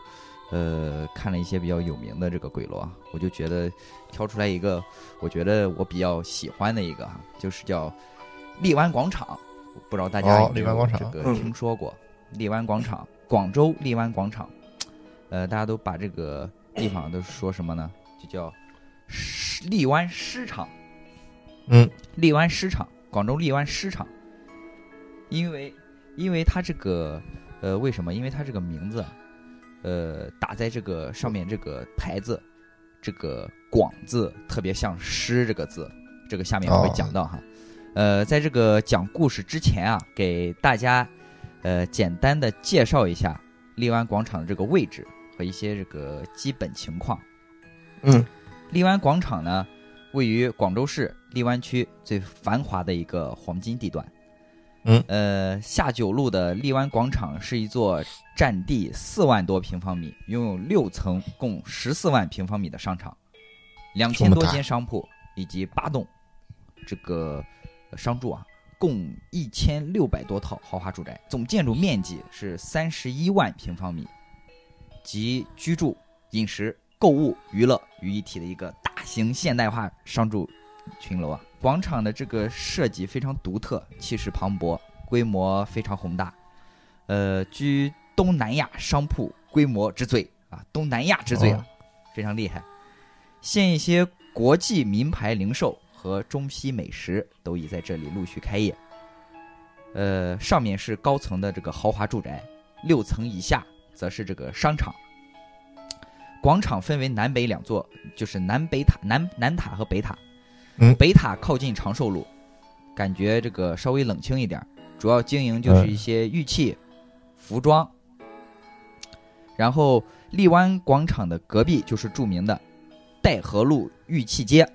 呃看了一些比较有名的这个鬼楼啊，我就觉得挑出来一个，我觉得我比较喜欢的一个哈，就是叫荔湾广场，不知道大家哦有没荔湾有广场这个嗯听说过荔湾广场，广州荔湾广场，呃大家都把这个地方都说什么呢？就叫狮荔湾市场。嗯，荔湾市场，广州荔湾市场，因为因为它这个呃，为什么？因为它这个名字，呃，打在这个上面这个牌子，这个“广”字特别像“诗”这个字，这个下面我会哦讲到哈。呃，在这个讲故事之前啊，给大家呃简单的介绍一下荔湾广场的这个位置和一些这个基本情况。嗯，荔湾广场呢，位于广州市荔湾区最繁华的一个黄金地段。嗯，呃，下九路的荔湾广场是一座占地四万多平方米、拥有六层、共十四万平方米的商场，两这千么多大间商铺以及八栋这个呃商住啊，共一千六百多套豪华住宅，总建筑面积是三十一万平方米，集居住、饮食、购物、娱乐于一体的一个大型现代化商住群楼啊。广场的这个设计非常独特，气势磅礴，规模非常宏大，呃，居东南亚商铺规模之最啊，东南亚之最啊，非常厉害。现一些国际名牌零售和中西美食都已在这里陆续开业。呃，上面是高层的这个豪华住宅，六层以下则是这个商场。广场分为南北两座，就是南北塔、南南塔和北塔。嗯北塔靠近长寿路，感觉这个稍微冷清一点儿，主要经营就是一些玉器、服装。然后荔湾广场的隔壁就是著名的戴河路玉器街，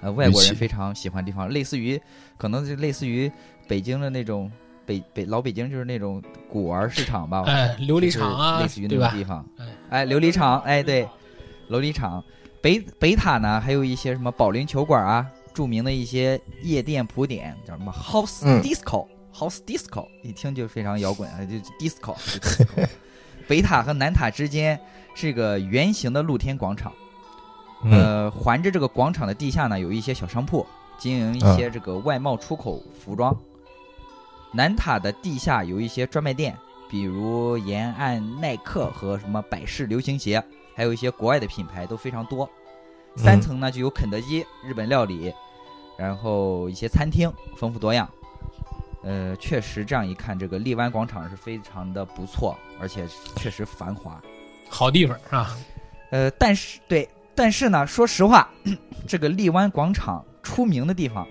呃，外国玉器人非常喜欢的地方，类似于可能就类似于北京的那种北北老北京就是那种古玩市场吧，哎，琉璃就是厂啊，类似于那对种吧？地方哎，哎，琉璃厂，哎，对，琉璃厂，北北塔呢，还有一些什么保龄球馆啊，著名的一些夜店谱点，叫什么 House 嗯 Disco、House Disco，一听就非常摇滚啊，就就 Disco 就 disco。北塔和南塔之间是个圆形的露天广场，嗯呃，环着这个广场的地下呢，有一些小商铺，经营嗯一些这个外贸出口服装。南塔的地下有一些专卖店，比如沿岸耐克和什么百事流行鞋，还有一些国外的品牌都非常多。三嗯层呢就有肯德基、日本料理，然后一些餐厅，丰富多样。呃，确实这样一看，这个荔湾广场是非常的不错，而且确实繁华。好地方啊，呃，但是对，但是呢，说实话， 这个荔湾广场出名的地方，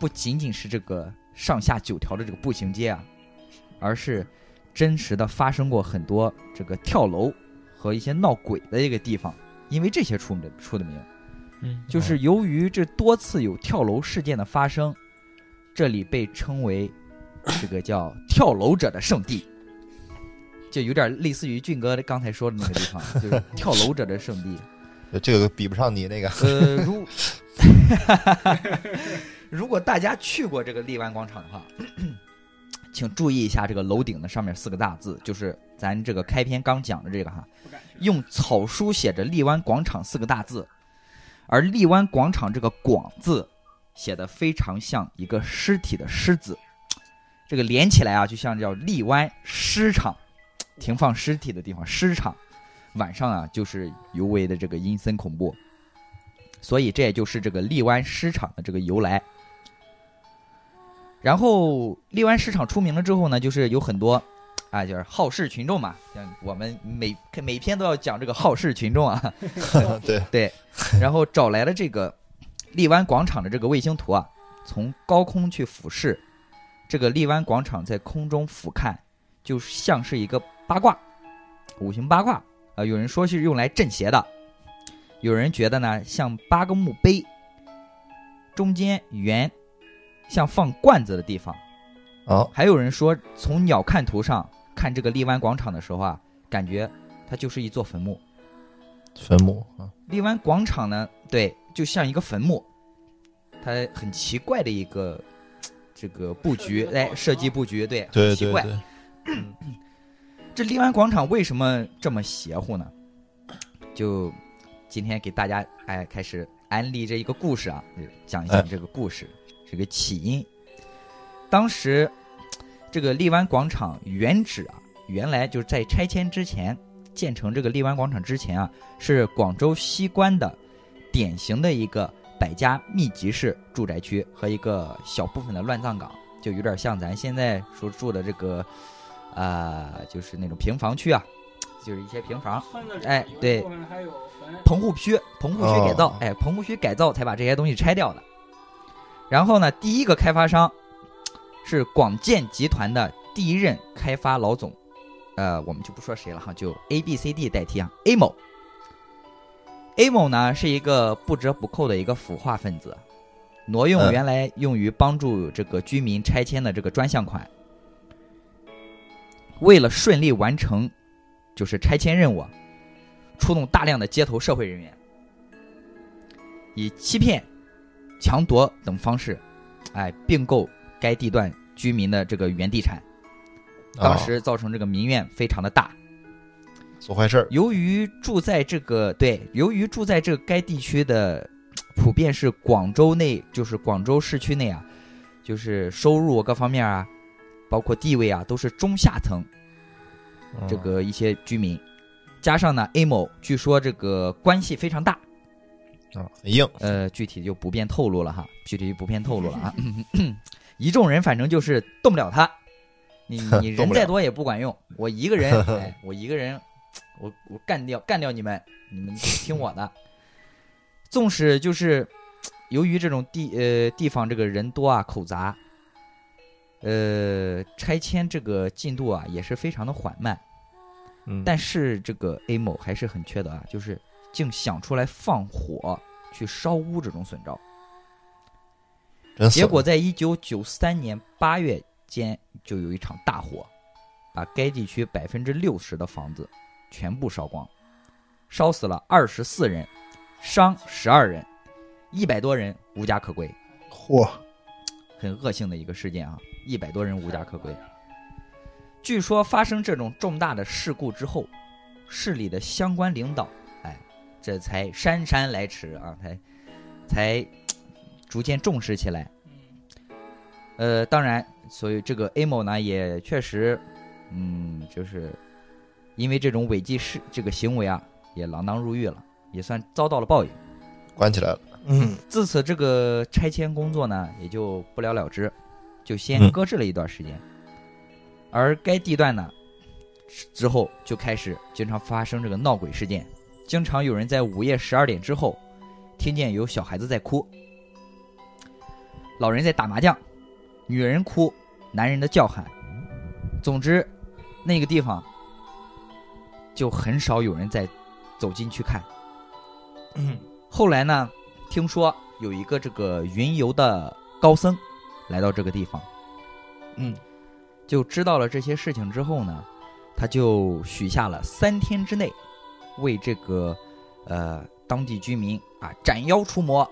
不仅仅是这个上下九条的这个步行街啊，而是真实的发生过很多这个跳楼和一些闹鬼的一个地方，因为这些出的出的名。嗯，就是由于这多次有跳楼事件的发生，这里被称为这个叫跳楼者的圣地，就有点类似于俊哥刚才说的那个地方，就是跳楼者的圣地。这个比不上你那个，呃，如如果大家去过这个荔湾广场的话， 请注意一下这个楼顶的上面四个大字，就是咱这个开篇刚讲的这个哈，用草书写着“荔湾广场”四个大字，而“荔湾广场”这个“广”字写的非常像一个尸体的“尸”字，这个连起来啊，就像叫荔湾尸场，停放尸体的地方，尸场。晚上啊，就是尤为的这个阴森恐怖。所以这也就是这个荔湾市场的这个由来。然后荔湾市场出名了之后呢，就是有很多啊，就是好事群众嘛，像我们每每篇都要讲这个好事群众啊， 对，然后找来了这个荔湾广场的这个卫星图啊，从高空去俯视，这个荔湾广场在空中俯瞰，就像是一个八卦，五行八卦啊、呃有人说是用来镇邪的，有人觉得呢像八个墓碑，中间圆，像放罐子的地方。啊，还有人说，从鸟瞰图上看这个荔湾广场的时候啊，感觉它就是一座坟墓。坟墓啊，荔湾广场呢，对，就像一个坟墓，它很奇怪的一个这个布局，哎，设计布局，对，对很奇对怪。对，这荔湾广场为什么这么邪乎呢？就今天给大家哎开始安利这一个故事啊，讲一讲哎这个故事，这个起因。当时这个荔湾广场原址啊，原来就是在拆迁之前建成这个荔湾广场之前啊，是广州西关的典型的一个百家密集式住宅区和一个小部分的乱葬岗，就有点像咱现在所住的这个啊、就是那种平房区啊，就是一些平呃房，哎对后面还有坟棚户区，棚户区改造，哦哎，棚户区改造才把这些东西拆掉的。然后呢，第一个开发商是广建集团的第一任开发老总，呃，我们就不说谁了哈，就 A、B、C、D 代替啊，A 某。A 某呢是一个不折不扣的一个腐化分子，挪用嗯原来用于帮助这个居民拆迁的这个专项款。为了顺利完成就是拆迁任务啊，出动大量的街头社会人员，以欺骗、强夺等方式，哎，并购该地段居民的这个原地产，当时造成这个民怨非常的大。啊做坏事儿，由于住在这个对，由于住在这该地区的，普遍是广州内，就是广州市区内啊，就是收入各方面啊，包括地位啊，都是中下层这个一些居民，加上呢 A 某，据说这个关系非常大，啊很硬，呃，具体就不便透露了哈，具体就不便透露了啊。 一众人反正就是动不了他， 你你动人不了再多也不管用，我一个人， 哎，我一个人，我我干掉干掉你们，你们听我的。纵使就是由于这种地呃地方这个人多啊口杂，呃拆迁这个进度啊也是非常的缓慢，嗯但是这个 A 某还是很缺德啊，就是竟想出来放火去烧屋这种损招。真结损果在一九九三年八月间就有一场大火，把该地区百分之六十的房子全部烧光，烧死了二十四人，伤十二人，一百多人无家可归。嚯，很恶性的一个事件啊，一百多人无家可归。据说发生这种重大的事故之后，市里的相关领导，哎，这才姗姗来迟啊，才才嘖逐渐重视起来。呃，当然，所以这个 A 某呢，也确实，嗯，就是因为这种违纪事这个行为啊，也锒铛入狱了，也算遭到了报应。关起来了，嗯，自此，这个拆迁工作呢也就不了了之，就先嗯搁置了一段时间。而该地段呢，之后就开始经常发生这个闹鬼事件，经常有人在午夜十二点之后，听见有小孩子在哭，老人在打麻将，女人哭，男人的叫喊。总之，那个地方就很少有人再走进去看。嗯后来呢，听说有一个这个云游的高僧来到这个地方，嗯，就知道了这些事情之后呢，他就许下了三天之内为这个呃当地居民啊斩妖除魔，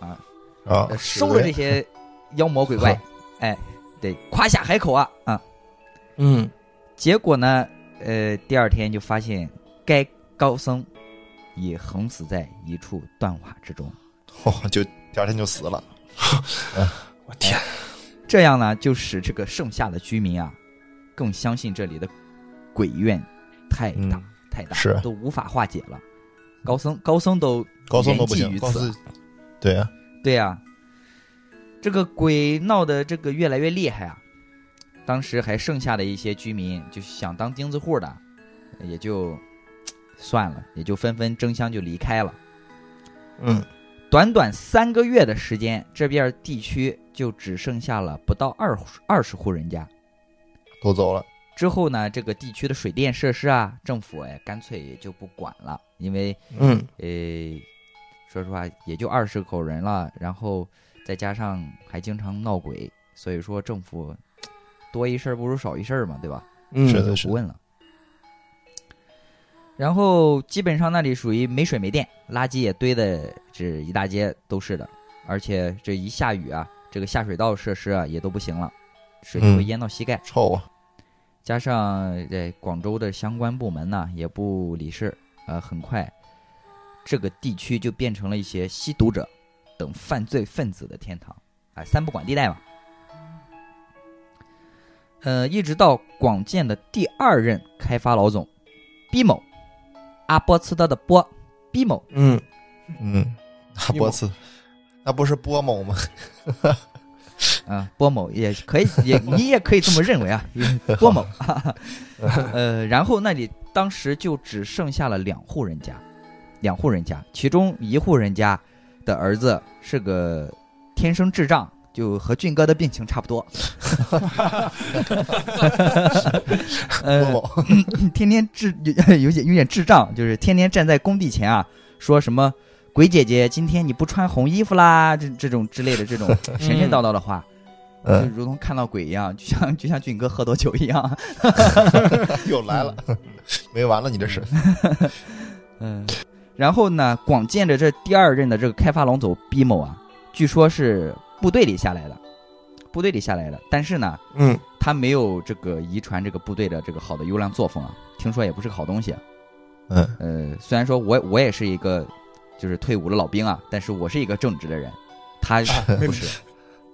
啊呃，收了这些妖魔鬼怪，哎，得夸下海口啊啊！嗯，结果呢，呃，第二天就发现该高僧已横死在一处断瓦之中。嚯就第二天就死了，我天，这样呢，就使这个剩下的居民啊，更相信这里的鬼怨太大、嗯太大，是都无法化解了。高僧高僧都高僧都不言行，记于高此僧对啊，对呀、这个鬼闹的这个越来越厉害啊。当时还剩下的一些居民，就是想当钉子户的，也就算了，也就纷纷争相就离开了。嗯，短短三个月的时间，这片儿地区就只剩下了不到二户二十户人家。都走了，之后呢，这个地区的水电设施啊，政府哎干脆也就不管了，因为嗯，呃，说实话也就二十口人了，然后再加上还经常闹鬼，所以说政府多一事不如少一事嘛，对吧？嗯是的，就是不的，问了。然后基本上那里属于没水没电，垃圾也堆的这一大街都是的，而且这一下雨啊，这个下水道设施啊也都不行了，水就会嗯淹到膝盖。臭啊，加上在广州的相关部门呢也不理事，呃，很快这个地区就变成了一些吸毒者等犯罪分子的天堂，啊、三不管地带嘛。呃，一直到广建的第二任开发老总毕某，阿波茨德的波毕某，嗯，嗯，那波茨，那不是波某吗？啊、波某也可以，也你也可以这么认为啊，波某。 呃，然后那里当时就只剩下了两户人家，两户人家，其中一户人家的儿子是个天生智障，就和俊哥的病情差不多。波呃，某，天天智 有点有点智障，就是天天站在工地前啊，说什么“鬼姐姐，今天你不穿红衣服啦”这这种之类的这种神神叨叨的话。就嗯，如同看到鬼一样，就像就像俊哥喝多酒一样。 又来了， 没完了，你这是， 嗯，然后呢，广建的这第二任的这个开发龙总毕某啊，据说是部队里下来的，部队里下来的，但是呢，嗯，他没有这个遗传这个部队的这个好的优良作风啊，听说也不是个好东西。啊嗯呃，虽然说我我也是一个就是退伍的老兵啊，但是我是一个正直的人，他没不是，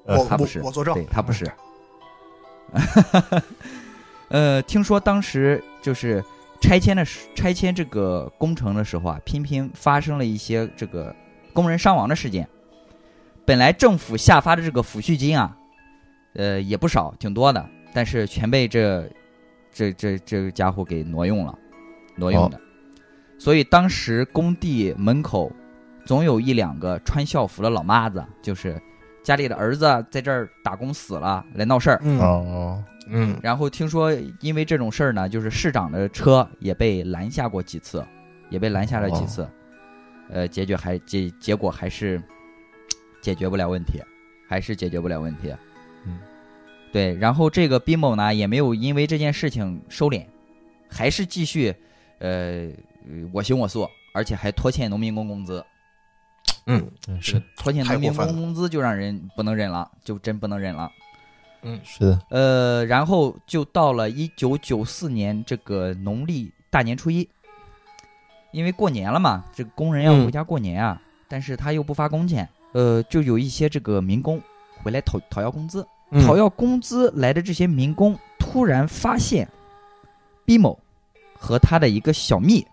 我呃他不我是我作证嗯对，他不是。呃，听说当时就是拆迁的时拆迁这个工程的时候啊，频频发生了一些这个工人伤亡的事件。本来政府下发的这个抚恤金啊，呃，也不少，挺多的，但是全被这这这这个家伙给挪用了，挪用的。所以当时工地门口总有一两个穿校服的老妈子，就是家里的儿子在这儿打工死了来闹事儿。嗯哦，嗯，然后听说因为这种事儿呢，就是市长的车也被拦下过几次，也被拦下了几次，哦呃，解决还结结果还是解决不了问题，还是解决不了问题。嗯，对。然后这个宾某呢，也没有因为这件事情收敛，还是继续呃呃我行我素，而且还拖欠农民工工资。嗯这个拖欠太农民过分工了工资就让人不能忍了，就真不能忍了。是的，呃，然后就到了一九九四年这个农历大年初一，因为过年了嘛，这个工人要嗯回家过年啊，但是他又不发工钱，呃，就有一些这个民工回来讨讨要工资，嗯讨要工资来的这些民工突然发现，毕某和他的一个小蜜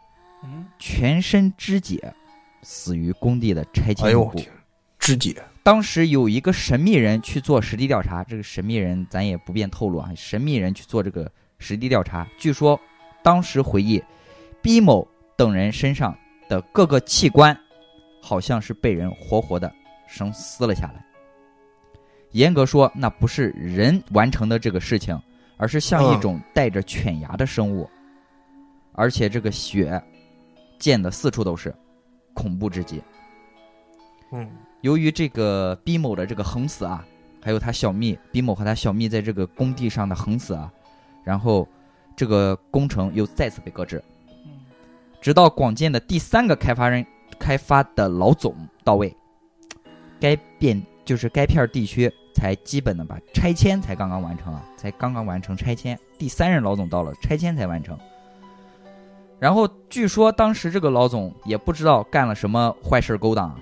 嗯，全身肢解，死于工地的拆哎迁呦入我库。天，肢解，当时有一个神秘人去做实地调查，这个神秘人咱也不便透露啊。神秘人去做这个实地调查，据说当时回忆，毕某等人身上的各个器官好像是被人活活的生撕了下来。严格说，那不是人完成的这个事情，而是像一嗯种带着犬牙的生物，而且这个血溅的四处都是，恐怖至极。嗯，由于这个毕某的这个横死啊，还有他小蜜毕某和他小蜜在这个工地上的横死啊，然后这个工程又再次被搁置，嗯直到广建的第三个开发人开发的老总到位，该片就是该片地区才基本的把拆迁才刚刚完成啊，才刚刚完成拆迁，第三任老总到了，拆迁才完成。然后据说当时这个老总也不知道干了什么坏事儿勾当啊，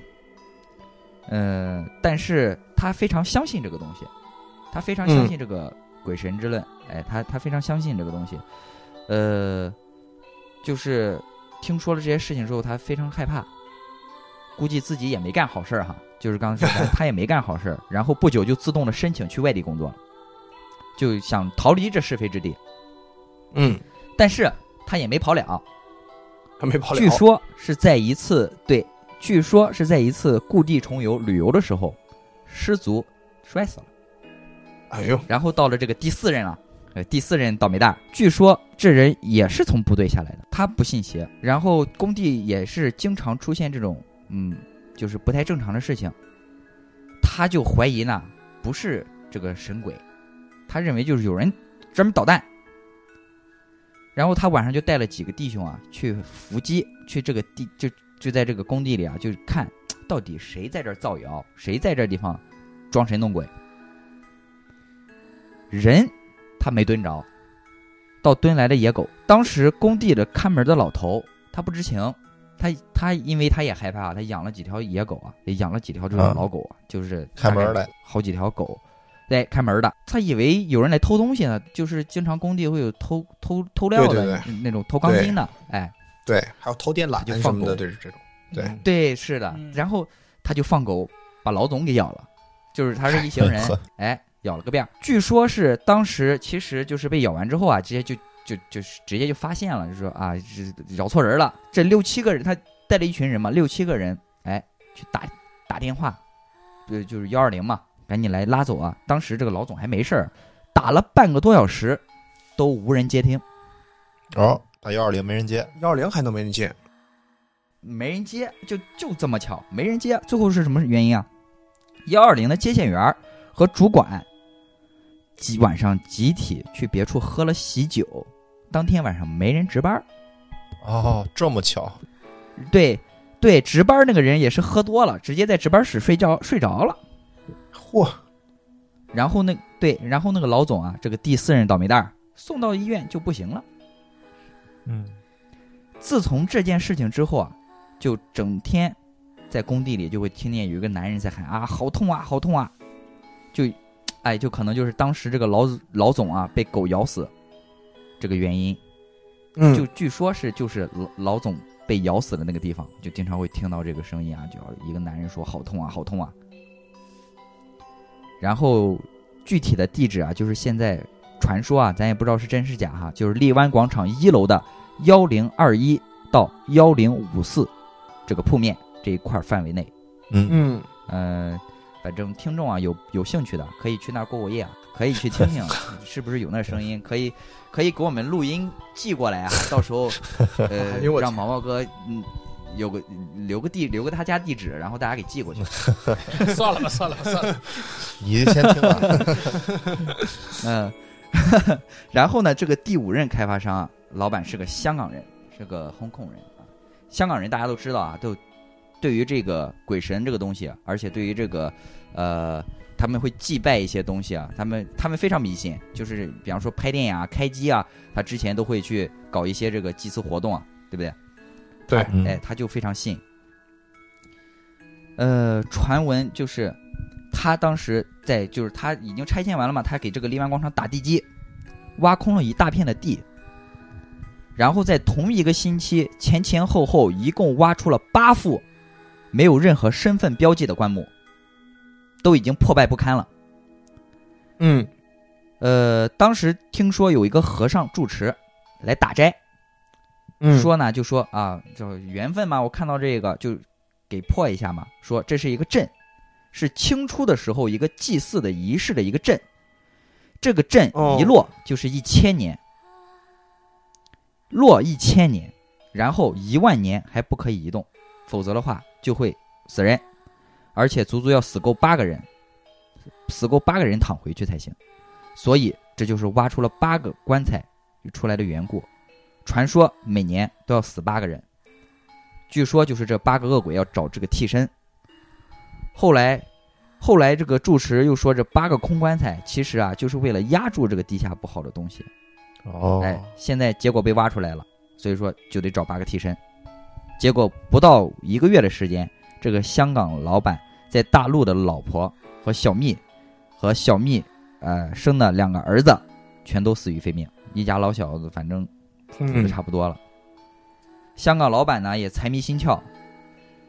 呃，但是他非常相信这个东西，他非常相信这个鬼神之论，哎，他他非常相信这个东西，呃，就是听说了这些事情之后，他非常害怕，估计自己也没干好事儿哈，就是刚才说的他也没干好事儿，然后不久就自动的申请去外地工作了，就想逃离这是非之地，嗯，但是他也没跑了，还没跑了，据说是在一次对，据说是在一次故地重游旅游的时候，失足摔死了。哎呦，然后到了这个第四任了，呃，第四任倒霉蛋儿，据说这人也是从部队下来的，他不信邪，然后工地也是经常出现这种，嗯，就是不太正常的事情，他就怀疑呢，不是这个神鬼，他认为就是有人专门捣蛋。然后他晚上就带了几个弟兄啊，去伏击，去这个地就就在这个工地里啊，就看到底谁在这儿造谣，谁在这地方装神弄鬼。人他没蹲着，到蹲来的野狗。当时工地的看门的老头他不知情，他他因为他也害怕，他养了几条野狗啊，也养了几条这种嗯老狗啊，就是看门大儿概来，好几条狗在开门的，他以为有人来偷东西呢，就是经常工地会有偷偷偷料的对对那种偷钢筋的，哎，对，还有偷电缆就什放么的，狗这是这种，对嗯对，是的嗯。然后他就放狗把老总给咬了，就是他是一行 人呵，哎，咬了个遍儿。据说是当时其实就是被咬完之后啊，直接就就就是直接就发现了，就说啊，这咬错人了。这六七个人，他带了一群人嘛，六七个人，哎，去打打电话，对，就是幺二零嘛，赶紧来拉走啊。当时这个老总还没事儿，打了半个多小时，都无人接听，哦，打幺二零没人接，幺二零还能没人接，没人接，就就这么巧，没人接。最后是什么原因啊？幺二零的接线员儿和主管，集晚上集体去别处喝了喜酒，当天晚上没人值班儿。哦，这么巧，对对，值班儿那个人也是喝多了，直接在值班室睡觉睡着了。嚯，然后那对，然后那个老总啊，这个第四任倒霉蛋儿送到医院就不行了。嗯，自从这件事情之后啊，就整天在工地里就会听见有一个男人在喊啊，好痛啊，好痛啊，就，哎，就可能就是当时这个老老总啊被狗咬死这个原因，嗯就据说是就是老老总被咬死的那个地方，就经常会听到这个声音啊，就要一个男人说好痛啊，好痛啊。然后具体的地址啊，就是现在传说啊，咱也不知道是真是假哈，就是荔湾广场一楼的幺零二一到幺零五四这个铺面这一块范围内。嗯，嗯，嗯，反正听众啊有有兴趣的可以去那儿过过夜啊，可以去听听是不是有那声音，可以可以给我们录音寄过来啊，到时候呃哎呦我让毛毛哥嗯有个留个地留个他家地址，然后大家给寄过去。嗯算了吧，算了吧，算了吧。你先听吧。 嗯， 然后呢，这个第五任开发商啊老板是个香港人，是个红控人啊。香港人大家都知道啊，都对于这个鬼神这个东西啊，而且对于这个呃，他们会祭拜一些东西啊，他们他们非常迷信，就是比方说拍电影啊、开机啊，他之前都会去搞一些这个祭祀活动啊，对不对？对嗯哎，他就非常信。呃，传闻就是他当时在，就是他已经拆迁完了嘛，他给这个荔湾广场打地基，挖空了一大片的地，然后在同一个星期前前后后一共挖出了八副没有任何身份标记的棺木，都已经破败不堪了。嗯，呃，当时听说有一个和尚住持来打斋，嗯，说呢，就说啊，就缘分嘛，我看到这个就给破一下嘛。说这是一个阵，是清初的时候一个祭祀的仪式的一个阵，这个阵哦一落就是一千年，落一千年，然后一万年还不可以移动，否则的话就会死人，而且足足要死够八个人，死够八个人躺回去才行。所以这就是挖出了八个棺材出来的缘故。传说每年都要死八个人，据说就是这八个恶鬼要找这个替身。后来，后来这个住持又说，这八个空棺材其实啊，就是为了压住这个地下不好的东西。哦哎，现在结果被挖出来了，所以说就得找八个替身。结果不到一个月的时间，这个香港老板在大陆的老婆和小蜜，和小蜜呃生的两个儿子，全都死于非命。一家老小子反正嗯就差不多了。香港老板呢也财迷心窍，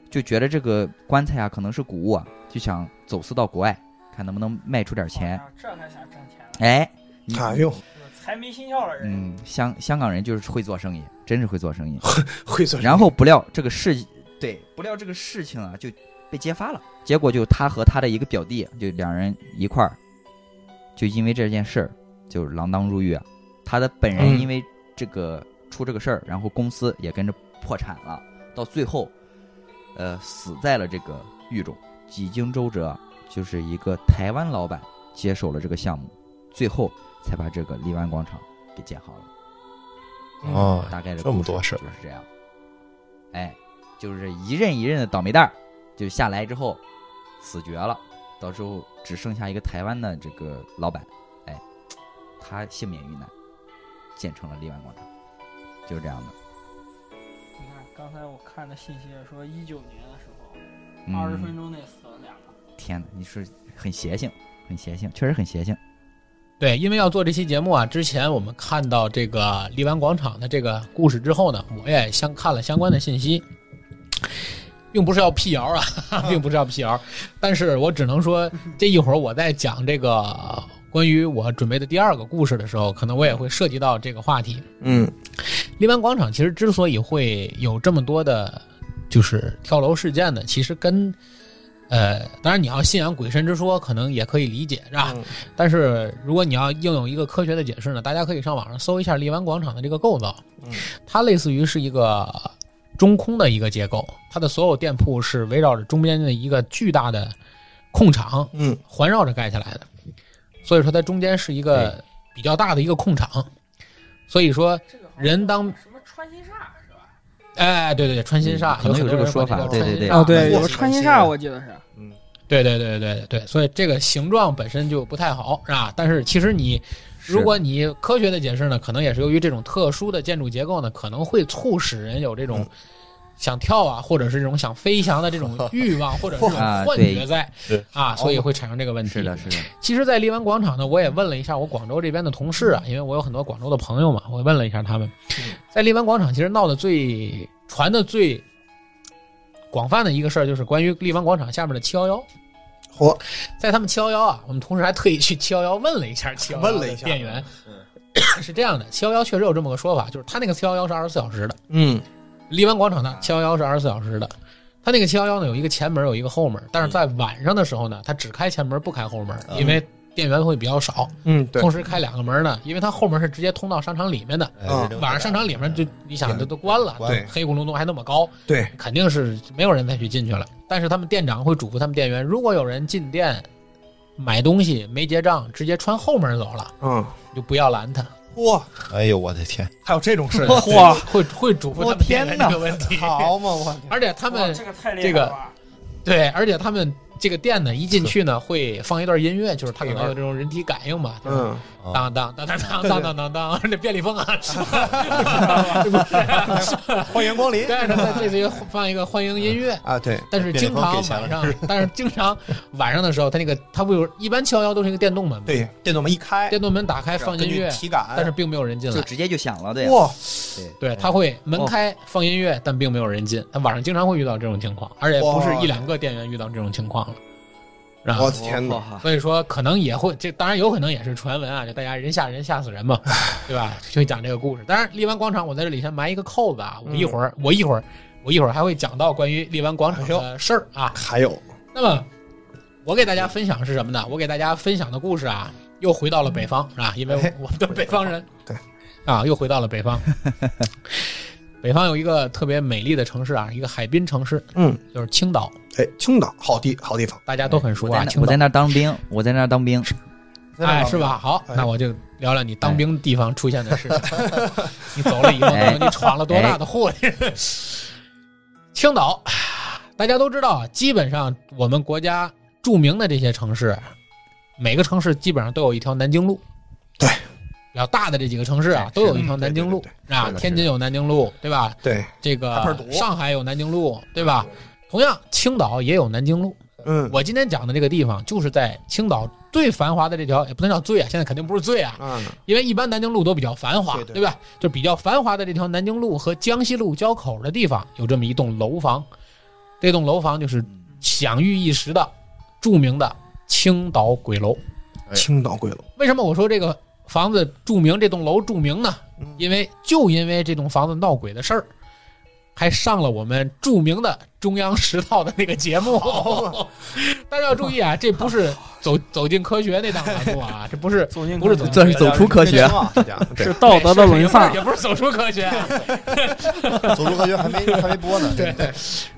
就觉得这个棺材啊可能是古物啊，就想走私到国外，看能不能卖出点钱。，这还想挣钱了？哎，你哎呦，财迷心窍的人，嗯，香香港人就是会做生意，真是会做生意。会做然后不料这个事，对，不料这个事情啊就被揭发了。结果就他和他的一个表弟，就两人一块儿，就因为这件事儿就锒铛入狱啊。他的本人嗯因为这个出这个事儿，然后公司也跟着破产了，到最后，呃，死在了这个狱中。几经周折，就是一个台湾老板接手了这个项目，最后才把这个荔湾广场给建好了。哦，大概的这么多事事儿就是这样。哎，就是一任一任的倒霉蛋儿，就下来之后死绝了，到时候只剩下一个台湾的这个老板，哎，他幸免于难，建成了荔湾广场，就是这样的。你看刚才我看的信息说，一九年的时候，嗯、二十分钟内死了两个。天哪，你是很邪性，很邪性，确实很邪性。对，因为要做这期节目啊，之前我们看到这个荔湾广场的这个故事之后呢，我也相看了相关的信息，并不是要辟谣啊， 哈哈并不是要辟谣，但是我只能说，这一会儿我在讲这个关于我准备的第二个故事的时候，可能我也会涉及到这个话题。嗯荔湾广场其实之所以会有这么多的，就是跳楼事件呢，其实跟，呃，当然你要信仰鬼神之说，可能也可以理解，是吧？嗯但是如果你要应用一个科学的解释呢，大家可以上网上搜一下荔湾广场的这个构造，嗯它类似于是一个中空的一个结构，它的所有店铺是围绕着中间的一个巨大的空场嗯环绕着盖起来的，所以说它中间是一个哎比较大的一个空场，所以说。这个好像人当什么穿心煞是吧？哎，对对对，穿心煞嗯可能很有多这个人管说法叫穿对对心对煞哦，对，我是有穿心穿心煞，煞我记得是。嗯，对对对对对对，所以这个形状本身就不太好，是吧？但是其实你如果你科学的解释呢，可能也是由于这种特殊的建筑结构呢，可能会促使人有这种嗯想跳啊，或者是这种想飞翔的这 种欲望，或者是这种啊幻对哦觉在是啊，所以会产生这个问题。是的，是的，其实，在荔湾广场呢，我也问了一下我广州这边的同事啊，因为我有很多广州的朋友嘛，我问了一下他们，在荔湾广场其实闹得最传的最广泛的一个事儿，就是关于荔湾广场下面的七幺幺。嚯，在他们七幺幺啊，我们同事还特意去七幺幺问了一下七幺幺问了一下嗯店员，是这样的，七幺幺确实有这么个说法，就是他那个七幺幺是二十四小时的，嗯，荔湾广场呢七幺幺是二十四小时的。他那个七幺幺呢，有一个前门，有一个后门，但是在晚上的时候呢，他只开前门不开后门，嗯因为店员会比较少。嗯，对同，时开两个门呢，因为它后门是直接通到商场里面的。哎啊这晚上商场里面就你想这都关了，关了黑咕隆咚还那么高，对，肯定是没有人再去进去了。但是他们店长会嘱咐他们店员，如果有人进店买东西没结账，直接穿后门走了，嗯，就不要拦他。哇，哎呦我的天，还有这种事情，嚯，会会嘱咐他们店员我天哪这个问题。好嘛，我 而且他们个太厉害了对，而且他们这个店呢，一进去呢会放一段音乐，就是他可能有这种人体感应嘛，就是嗯，啊当当当当当当当当， 那便利蜂啊，是吧？这不是欢迎光 临对，对类似于放一个欢迎音乐。啊，对，但是经常晚上，但是经常晚上的时候，它那个它不有一般七幺幺都是一个电动门嘛，对，电动门一开，电动门打开放根音据乐，体感，但是并没有人进就来。直接就响了，对，啊哇，对，对，它会门开放音乐，但并没有人进。它晚上经常会遇到这种情况，而且不是一两个店员遇到这种情况了。然我后，的天哪，哪！所以说可能也会，这当然有可能也是传闻啊，就大家人吓人吓死人嘛，对吧？就讲这个故事。当然，荔湾广场我在这里先埋一个扣子啊，我嗯一会儿、我一会儿我一会儿还会讲到关于荔湾哎广场的事儿啊。还有，那么我给大家分享是什么呢？我给大家分享的故事啊，又回到了北方啊，因哎为我们都是北方 人，对啊，又回到了北方。北方有一个特别美丽的城市啊，一个海滨城市，嗯，就是青岛，哎，青岛好地好地方，大家都很熟哎我啊。在那青我岛在那儿当兵，我在那儿当兵，哎，是？吧？好，哎那我就聊聊你当兵地方出现的事 情。 你走了以后，你闯了多大的祸？青岛，大家都知道，啊基本上我们国家著名的这些城市，每个城市基本上都有一条南京路。对，比较大的这几个城市啊哎，都有一条南京路对啊是。的天津有南京路，对吧？对，这个大片儿堵上海有南京路，对吧？同样，青岛也有南京路。 嗯，我今天讲的这个地方，就是在青岛最繁华的这条，也不能叫最啊，现在肯定不是最啊，嗯，因为一般南京路都比较繁华，对对吧？就比较繁华的这条南京路和江西路交口的地方，有这么一栋楼房，这栋楼房就是嗯享誉一时的著名的青岛鬼楼。哎青岛贵了，为什么我说这个房子著名，这栋楼著名呢？嗯因为就因为这栋房子闹鬼的事儿，还上了我们著名的中央十套的那个节目。 大家要注意啊，这不是走走进科学那档栏目啊， 这不是走进不是走这是走出科学啊，大家对是道德的沦丧也，不是走出科学、啊，走出科学还没还没播呢，对，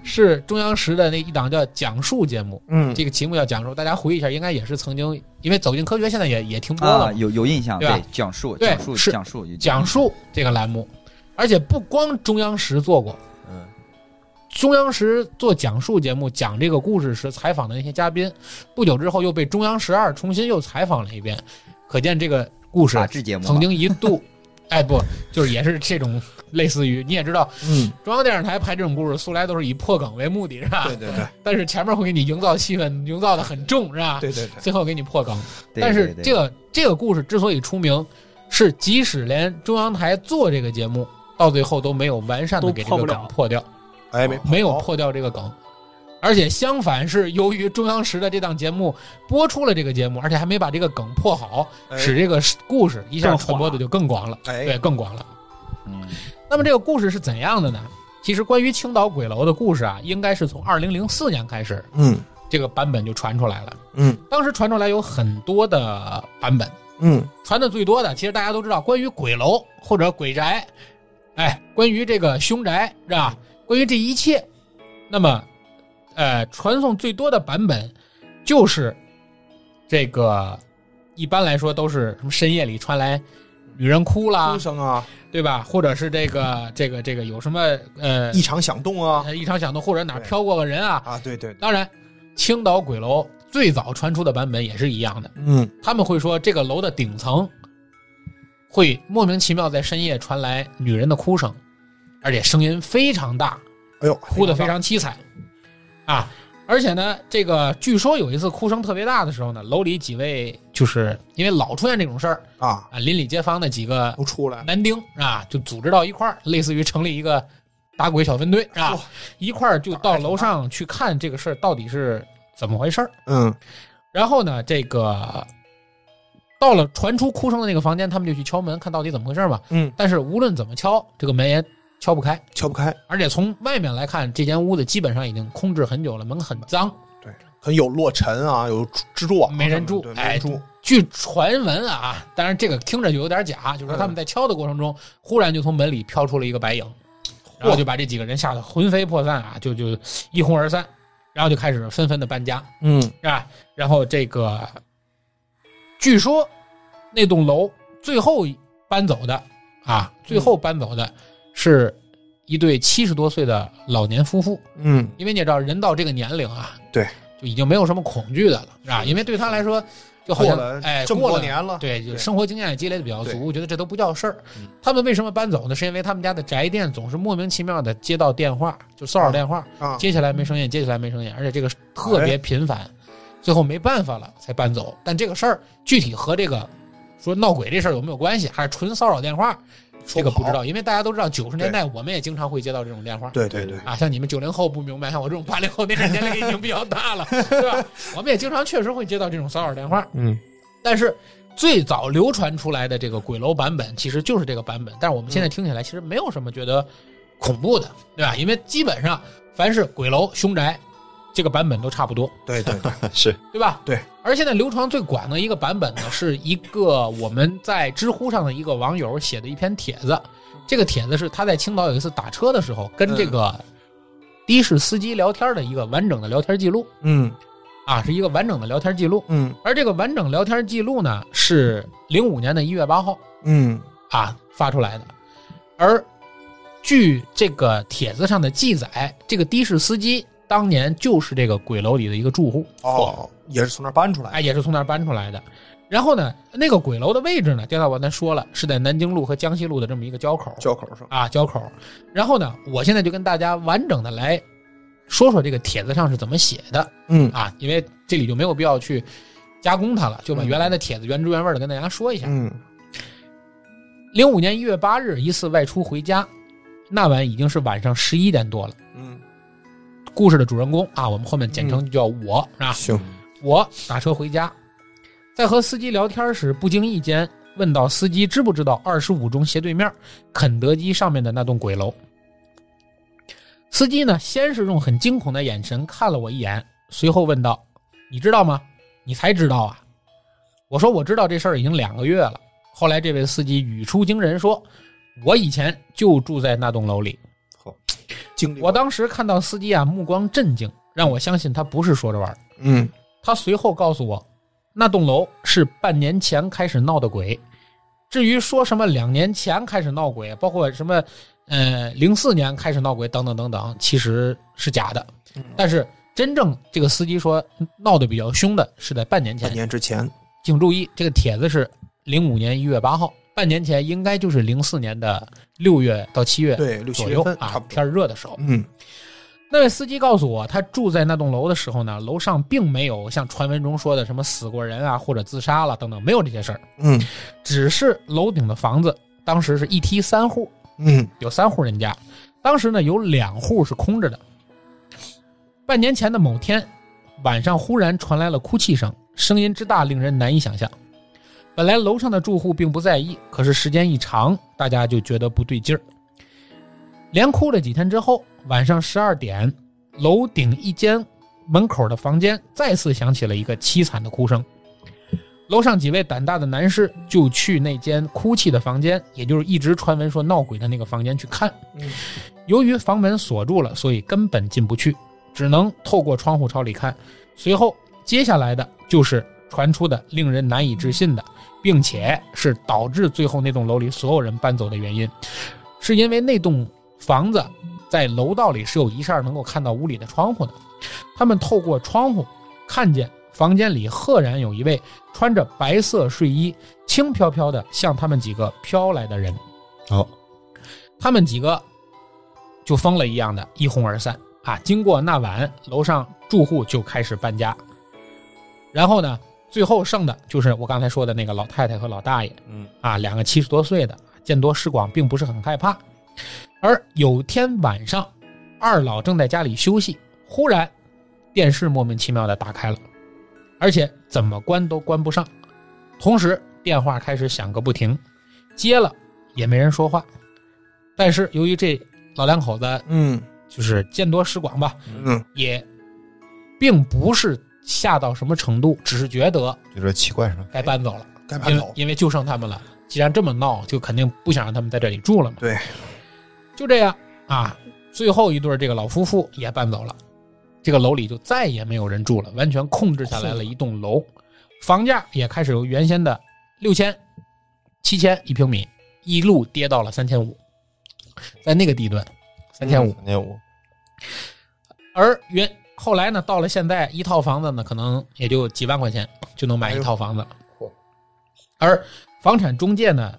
是中央十的那一档叫讲述节目。嗯，这个题目叫讲述，大家回忆一下，应该也是曾经，因为《走进科学》现在也也停播了嘛啊，有有印象，对吧对，讲述，对讲述，是讲述，讲述这个栏目，而且不光中央十做过，嗯，中央十做讲述节目讲这个故事时采访的那些嘉宾，不久之后又被中央十二重新又采访了一遍，可见这个故事法制节目嘛，曾经一度， 哎不，就是也是这种类似于你也知道，嗯，中央电视台拍这种故事素来都是以破梗为目的是吧嗯对？对对但是前面会给你营造气氛，营造的很重是吧？对对对，最后给你破梗。对，但是对对这个这个故事之所以出名，是即使连中央台做这个节目，到最后都没有完善的都给这破个不梗了破掉，哎，没没有破掉这个梗。而且相反是，由于中央十的这档节目播出了这个节目，而且还没把这个梗破好，哎使这个故事一下更传播的就更广了，哎对，更广了。嗯那么这个故事是怎样的呢？其实关于青岛鬼楼的故事啊，应该是从二零零四年开始，嗯这个版本就传出来了。嗯当时传出来有很多的版本，嗯，传的最多的，其实大家都知道，关于鬼楼或者鬼宅，哎，关于这个凶宅是吧？关于这一切，那么，呃，传送最多的版本就是这个，一般来说都是什么深夜里传来女人哭啦风，声啊，对吧？或者是这个这个这个有什么呃异常响动啊呃异常响动，或者哪儿对飘过个人啊？啊，对对对，当然，青岛鬼楼最早传出的版本也是一样的，嗯，他们会说这个楼的顶层会莫名其妙在深夜传来女人的哭声，而且声音非常大，哎呦，哭得非常凄惨啊！而且呢，这个据说有一次哭声特别大的时候呢，楼里几位就是因为老出现这种事儿啊，啊，邻里街坊的几个都出来了，男丁啊，就组织到一块儿，类似于成立一个打鬼小分队啊哇，一块儿就到楼上去看这个事儿到底是怎么回事儿。嗯，然后呢，这个到了传出哭声的那个房间，他们就去敲门，看到底怎么回事儿嘛。嗯，但是无论怎么敲，这个门也敲不开，敲不开，而且从外面来看，这间屋子基本上已经空置很久了，门很脏。可能有落尘啊，有蜘蛛网啊什么的，没人住对没哎人住，据传闻啊，当然这个听着就有点假，就是说他们在敲的过程中，忽然就从门里飘出了一个白影，然后就把这几个人吓得魂飞魄散啊，就就一哄而散，然后就开始纷纷的搬家，嗯，是吧？然后这个，据说那栋楼最后搬走的啊，最后搬走的是一对七十多岁的老年夫妇，嗯，因为你也知道，人到这个年龄啊，对，就已经没有什么恐惧的了，是吧？因为对他来说，就好过像了哎，这么过多了年了，对，就对生活经验也积累的比较对足，我觉得这都不叫事儿嗯。他们为什么搬走呢？是因为他们家的宅店总是莫名其妙的接到电话，就骚扰电话，啊，接起来没声音，接起来没声音，而且这个特别频繁，最后没办法了才搬走。但这个事儿具体和这个说闹鬼这事儿有没有关系，还是纯骚扰电话，这说个好不知，道，因为大家都知道九十年代我们也经常会接到这种电话。对对对，啊，像你们九零后不明白，像我这种八零后那阵年龄已经比较大了，对 吧？我们也经常确实会接到这种骚扰电话，嗯，但是最早流传出来的这个鬼楼版本，其实就是这个版本。但是我们现在听起来，其实没有什么觉得恐怖的，对吧？因为基本上凡是鬼楼、凶宅，这个版本都差不多，对对对，是对吧？对。而现在流传最广的一个版本呢，是一个我们在知乎上的一个网友写的一篇帖子。这个帖子是他在青岛有一次打车的时候，跟这个的士司机聊天的一个完整的聊天记录 嗯啊，是一个完整的聊天记录。嗯而这个完整聊天记录呢，是零五年的一月八号嗯，啊发出来的。而据这个帖子上的记载，这个的士司机当年就是这个鬼楼里的一个住户，哦，也是从那儿搬出来的，哎，也是从那儿搬出来的。然后呢，那个鬼楼的位置呢，电脑我咱说了，是在南京路和江西路的这么一个交口交口上，啊交口。然后呢，我现在就跟大家完整的来说说这个帖子上是怎么写的。嗯啊，因为这里就没有必要去加工它了，就把嗯原来的帖子原汁原味的跟大家说一下。嗯零五年一月八日，一次外出回家，那晚已经是晚上十一点多了。嗯，故事的主人公啊，我们后面简称就叫我、啊，行，我打车回家，在和司机聊天时，不经意间问到司机知不知道二十五中斜对面肯德基上面的那栋鬼楼。司机呢，先是用很惊恐的眼神看了我一眼，随后问道：“你知道吗？你才知道啊！”我说：“我知道这事儿已经两个月了。”后来这位司机语出惊人说：“我以前就住在那栋楼里。”经历过我，当时看到司机啊，目光震惊，让我相信他不是说着玩儿。嗯他随后告诉我，那栋楼是半年前开始闹的鬼。至于说什么两年前开始闹鬼，包括什么呃零四年开始闹鬼等等等等，其实是假的。嗯但是真正这个司机说闹得比较凶的是在半年前半。年之前，请注意，这个帖子是零五年一月八号，半年前应该就是零四年的六月到七月对，六七左月右份差啊不，多天，热的时候。嗯那位司机告诉我，他住在那栋楼的时候呢，楼上并没有像传闻中说的什么死过人啊，或者自杀了等等，没有这些事儿，嗯只是楼顶的房子当时是一梯三户，嗯有三户人家，当时呢有两户是空着的。半年前的某天晚上，忽然传来了哭泣声，声音之大令人难以想象。本来楼上的住户并不在意，可是时间一长，大家就觉得不对劲儿。连哭了几天之后，晚上十二点，楼顶一间门口的房间再次响起了一个凄惨的哭声。楼上几位胆大的男士就去那间哭泣的房间，也就是一直传闻说闹鬼的那个房间去看。嗯由于房门锁住了，所以根本进不去，只能透过窗户朝里看。随后，接下来的就是传出的令人难以置信的，并且是导致最后那栋楼里所有人搬走的原因，是因为那栋房子在楼道里是有一扇能够看到屋里的窗户的，他们透过窗户看见房间里赫然有一位穿着白色睡衣、轻飘飘的向他们几个飘来的人。哦，他们几个就疯了一样的一哄而散啊！经过那晚，楼上住户就开始搬家，然后呢，最后剩的就是我刚才说的那个老太太和老大爷。嗯，啊，两个七十多岁的，见多识广，并不是很害怕。而有天晚上，二老正在家里休息，忽然电视莫名其妙的打开了，而且怎么关都关不上，同时电话开始响个不停，接了也没人说话。但是由于这老两口子嗯就是见多识广吧，嗯，也并不是吓到什么程度，只是觉得就说奇怪是吧？该搬走了。该因搬为走。因为就剩他们了。既然这么闹，就肯定不想让他们在这里住了嘛。对，就这样啊，最后一对儿这个老夫妇也搬走了，这个楼里就再也没有人住了，完全控制下来了一栋楼，房价也开始由原先的六千、七千一平米，一路跌到了三千五，在那个地段，三千五。三千五，而原后来呢，到了现在，一套房子呢，可能也就几万块钱就能买一套房子。嚯而房产中介呢，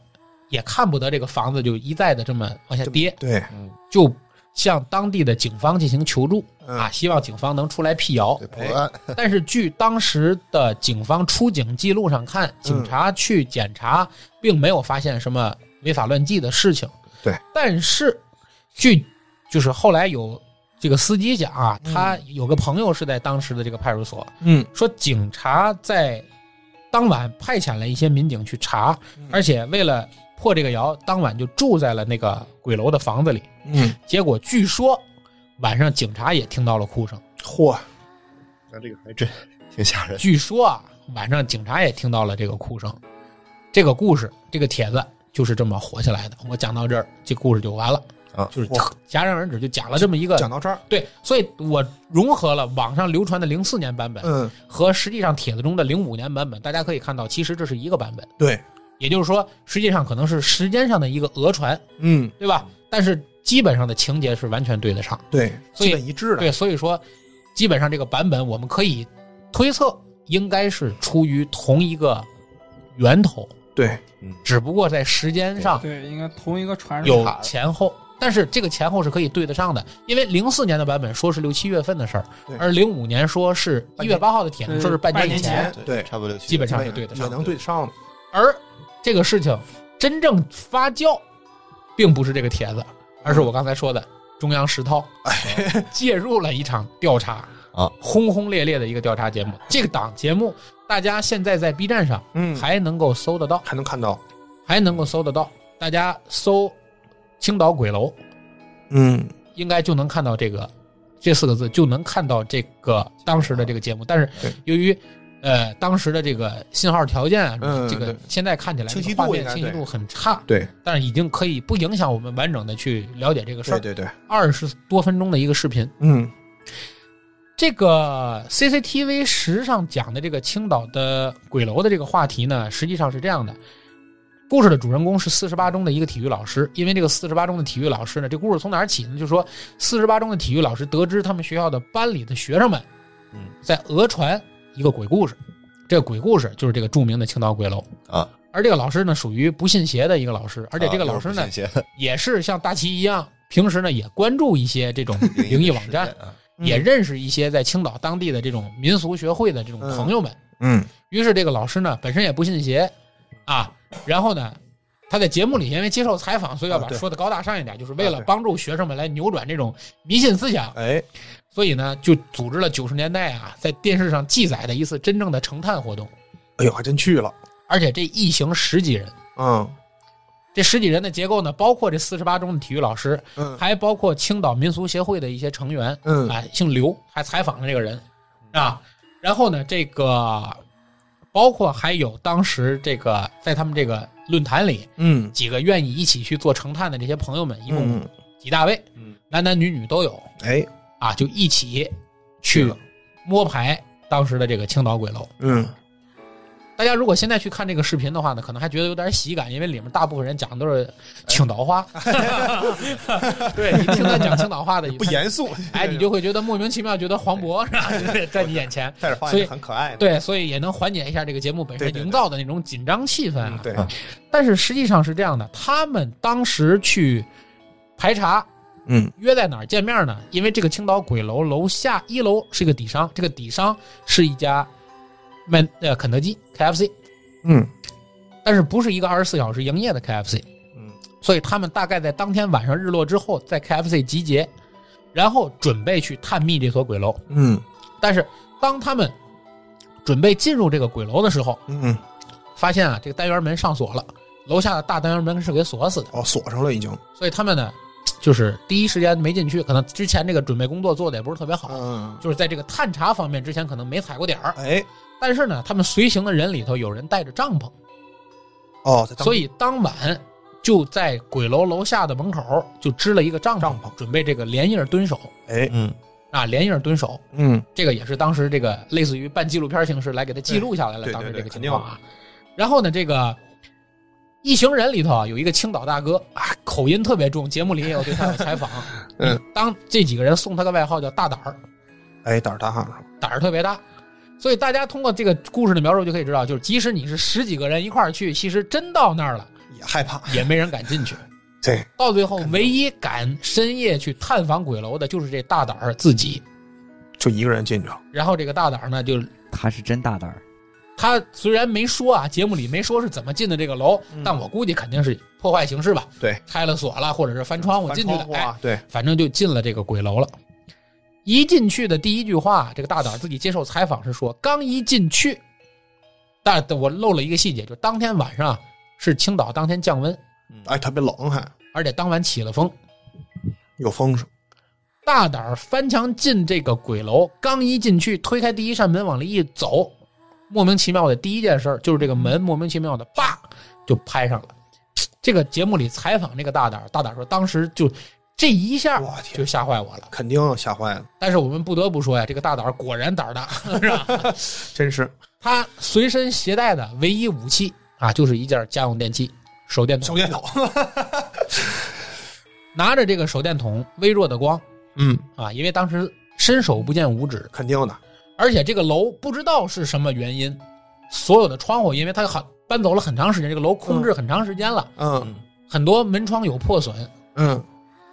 也看不得这个房子就一再的这么往下嗯跌，对，就向当地的警方进行求助嗯啊，希望警方能出来辟谣对。破哎案，但是据当时的警方出警记录上看，嗯警察去检查，并没有发现什么违法乱纪的事情。对，但是据就是后来有这个司机讲啊，嗯他有个朋友是在当时的这个派出所，嗯，说警察在当晚派遣了一些民警去查，嗯而且为了破这个谣，当晚就住在了那个鬼楼的房子里。嗯，结果据说晚上警察也听到了哭声。嚯，那这个还真挺吓人。据说啊，晚上警察也听到了这个哭声。这个故事，这个帖子就是这么火起来的。我讲到这儿，这故事就完了啊就是哇戛然而止，就讲了这么一个讲到这儿，对，所以我融合了网上流传的零四年版本嗯，和实际上帖子中的零五年版本，大家可以看到，其实这是一个版本，对，也就是说，实际上可能是时间上的一个讹传，嗯，对吧？但是基本上的情节是完全对得上。对，所以基本一致的，对，所以说基本上这个版本我们可以推测，应该是出于同一个源头，对，只不过在时间上对，应该同一个传说。有前后。但是这个前后是可以对得上的，因为零四年的版本说是六七月份的事儿对，而零五年说是一月八号的帖子，对说是半半年以年前前。对差不多六七基本上也也对得也上能对得上的，而这个事情真正发酵，并不是这个帖子，而是我刚才说的中央十套、介入了一场调查啊，轰轰烈烈的一个调查节目。这个档节目大家现在在 B 站上嗯，还能够搜得到，还能看到，还能够搜得到。大家搜“青岛鬼楼嗯，”，应该就能看到这个这四个字，就能看到这个当时的这个节目。但是对由于呃，当时的这个信号条件啊，嗯这个对现在看起来这个清晰度画面应该清晰对度很差，对，但是已经可以不影响我们完整的去了解这个事对儿。对对，二十多分钟的一个视频，嗯，这个 CCTV 十上讲的这个青岛的鬼楼的这个话题呢，实际上是这样的。故事的主人公是四十八中的一个体育老师，因为这个四十八中的体育老师呢，这故事从哪儿起呢？就说四十八中的体育老师得知他们学校的班里的学生们，嗯，在讹传一个鬼故事，这个鬼故事就是这个著名的青岛鬼楼啊。而这个老师呢，属于不信邪的一个老师，而且这个老师呢，也是像大齐一样，平时呢也关注一些这种灵异网站，嗯也认识一些在青岛当地的这种民俗学会的这种朋友们。嗯，于是这个老师呢，本身也不信邪啊，然后呢，他在节目里因为接受采访，所以要把啊对说的高大上一点，就是为啊了对帮助学生们来扭转这种迷信思想，哎，所以呢，就组织了九十年代啊，在电视上记载的一次真正的成探活动，哎呦，还真去了，而且这一行十几人。嗯这十几人的结构呢，包括这四十八中的体育老师，嗯还包括青岛民俗协会的一些成员，嗯啊，姓刘，还采访了这个人，啊，然后呢，这个包括还有当时这个在他们这个论坛里嗯几个愿意一起去做成探的这些朋友们，一共嗯，几大位，嗯男男女女都有哎，啊，就一起去去了摸排当时的这个青岛鬼楼。嗯大家如果现在去看这个视频的话呢，可能还觉得有点喜感，因为里面大部分人讲的都是青岛话。 对你听他讲青岛话的，不 严肃，哎，你就会觉得莫名其妙，觉得黄渤是吧？就是在你眼前，但是画所以面很可爱的。对，所以也能缓解一下这个节目本身对对对营造的那种紧张气氛嗯啊。对，但是实际上是这样的，他们当时去排查嗯约在哪儿见面呢？因为这个青岛鬼楼楼下一楼是一个底商，这个底商是一家麦呃肯德基 KFC，嗯但是不是一个二十四小时营业的 KFC，嗯，所以他们大概在当天晚上日落之后，在 KFC 集结，然后准备去探秘这所鬼楼。嗯但是当他们准备进入这个鬼楼的时候，嗯，发现啊这个单元门上锁了，楼下的大单元门是给锁死的。哦，锁上了已经。所以他们呢，就是第一时间没进去，可能之前这个准备工作做的也不是特别好， 嗯，就是在这个探查方面之前可能没踩过点儿。哎，但是呢，他们随行的人里头有人带着帐篷，哦，在当所以当晚就在鬼楼楼下的门口就支了一个帐篷，帐篷准备这个连夜蹲守哎，嗯，啊，连夜蹲守。嗯这个也是当时这个类似于半纪录片形式来给他记录下来了，对对当时这个对情况啊。然后呢，这个一行人里头啊，有一个青岛大哥啊，口音特别重，节目里也有对他的采访。 嗯，当这几个人送他个外号叫大胆儿，哎，胆儿大哈，胆儿特别大。所以大家通过这个故事的描述就可以知道，就是即使你是十几个人一块儿去，其实真到那儿了，也害怕。也没人敢进 去。对，到最后，唯一敢深夜去探访鬼楼的，就是这大胆儿自己。就一个人进去了。然后这个大胆儿呢，就他是真大胆儿，他虽然没说啊，节目里没说是怎么进的这个楼，嗯但我估计肯定是破坏形式吧，对，拆了锁了，或者是翻窗户进去翻窗户的，哎，啊，对，反正就进了这个鬼楼了。一进去的第一句话，这个大胆自己接受采访是说，刚一进去，但我漏了一个细节，就当天晚上啊是青岛当天降温，哎，特别冷还而且当晚起了风。有风声。大胆翻墙进这个鬼楼，刚一进去，推开第一扇门往里一走，莫名其妙的第一件事儿就是这个门莫名其妙的叭就拍上了。这个节目里采访这个大胆，大胆说当时就这一下我天就吓坏我了。肯定吓坏了，但是我们不得不说呀，这个大胆果然胆儿大，是吧？真是他随身携带的唯一武器啊，就是一件家用电器手电筒，电筒。拿着这个手电筒微弱的光嗯，啊，因为当时伸手不见五指，肯定的。而且这个楼不知道是什么原因，所有的窗户，因为它很搬走了很长时间，这个楼空置很长时间了，嗯很多门窗有破损，嗯，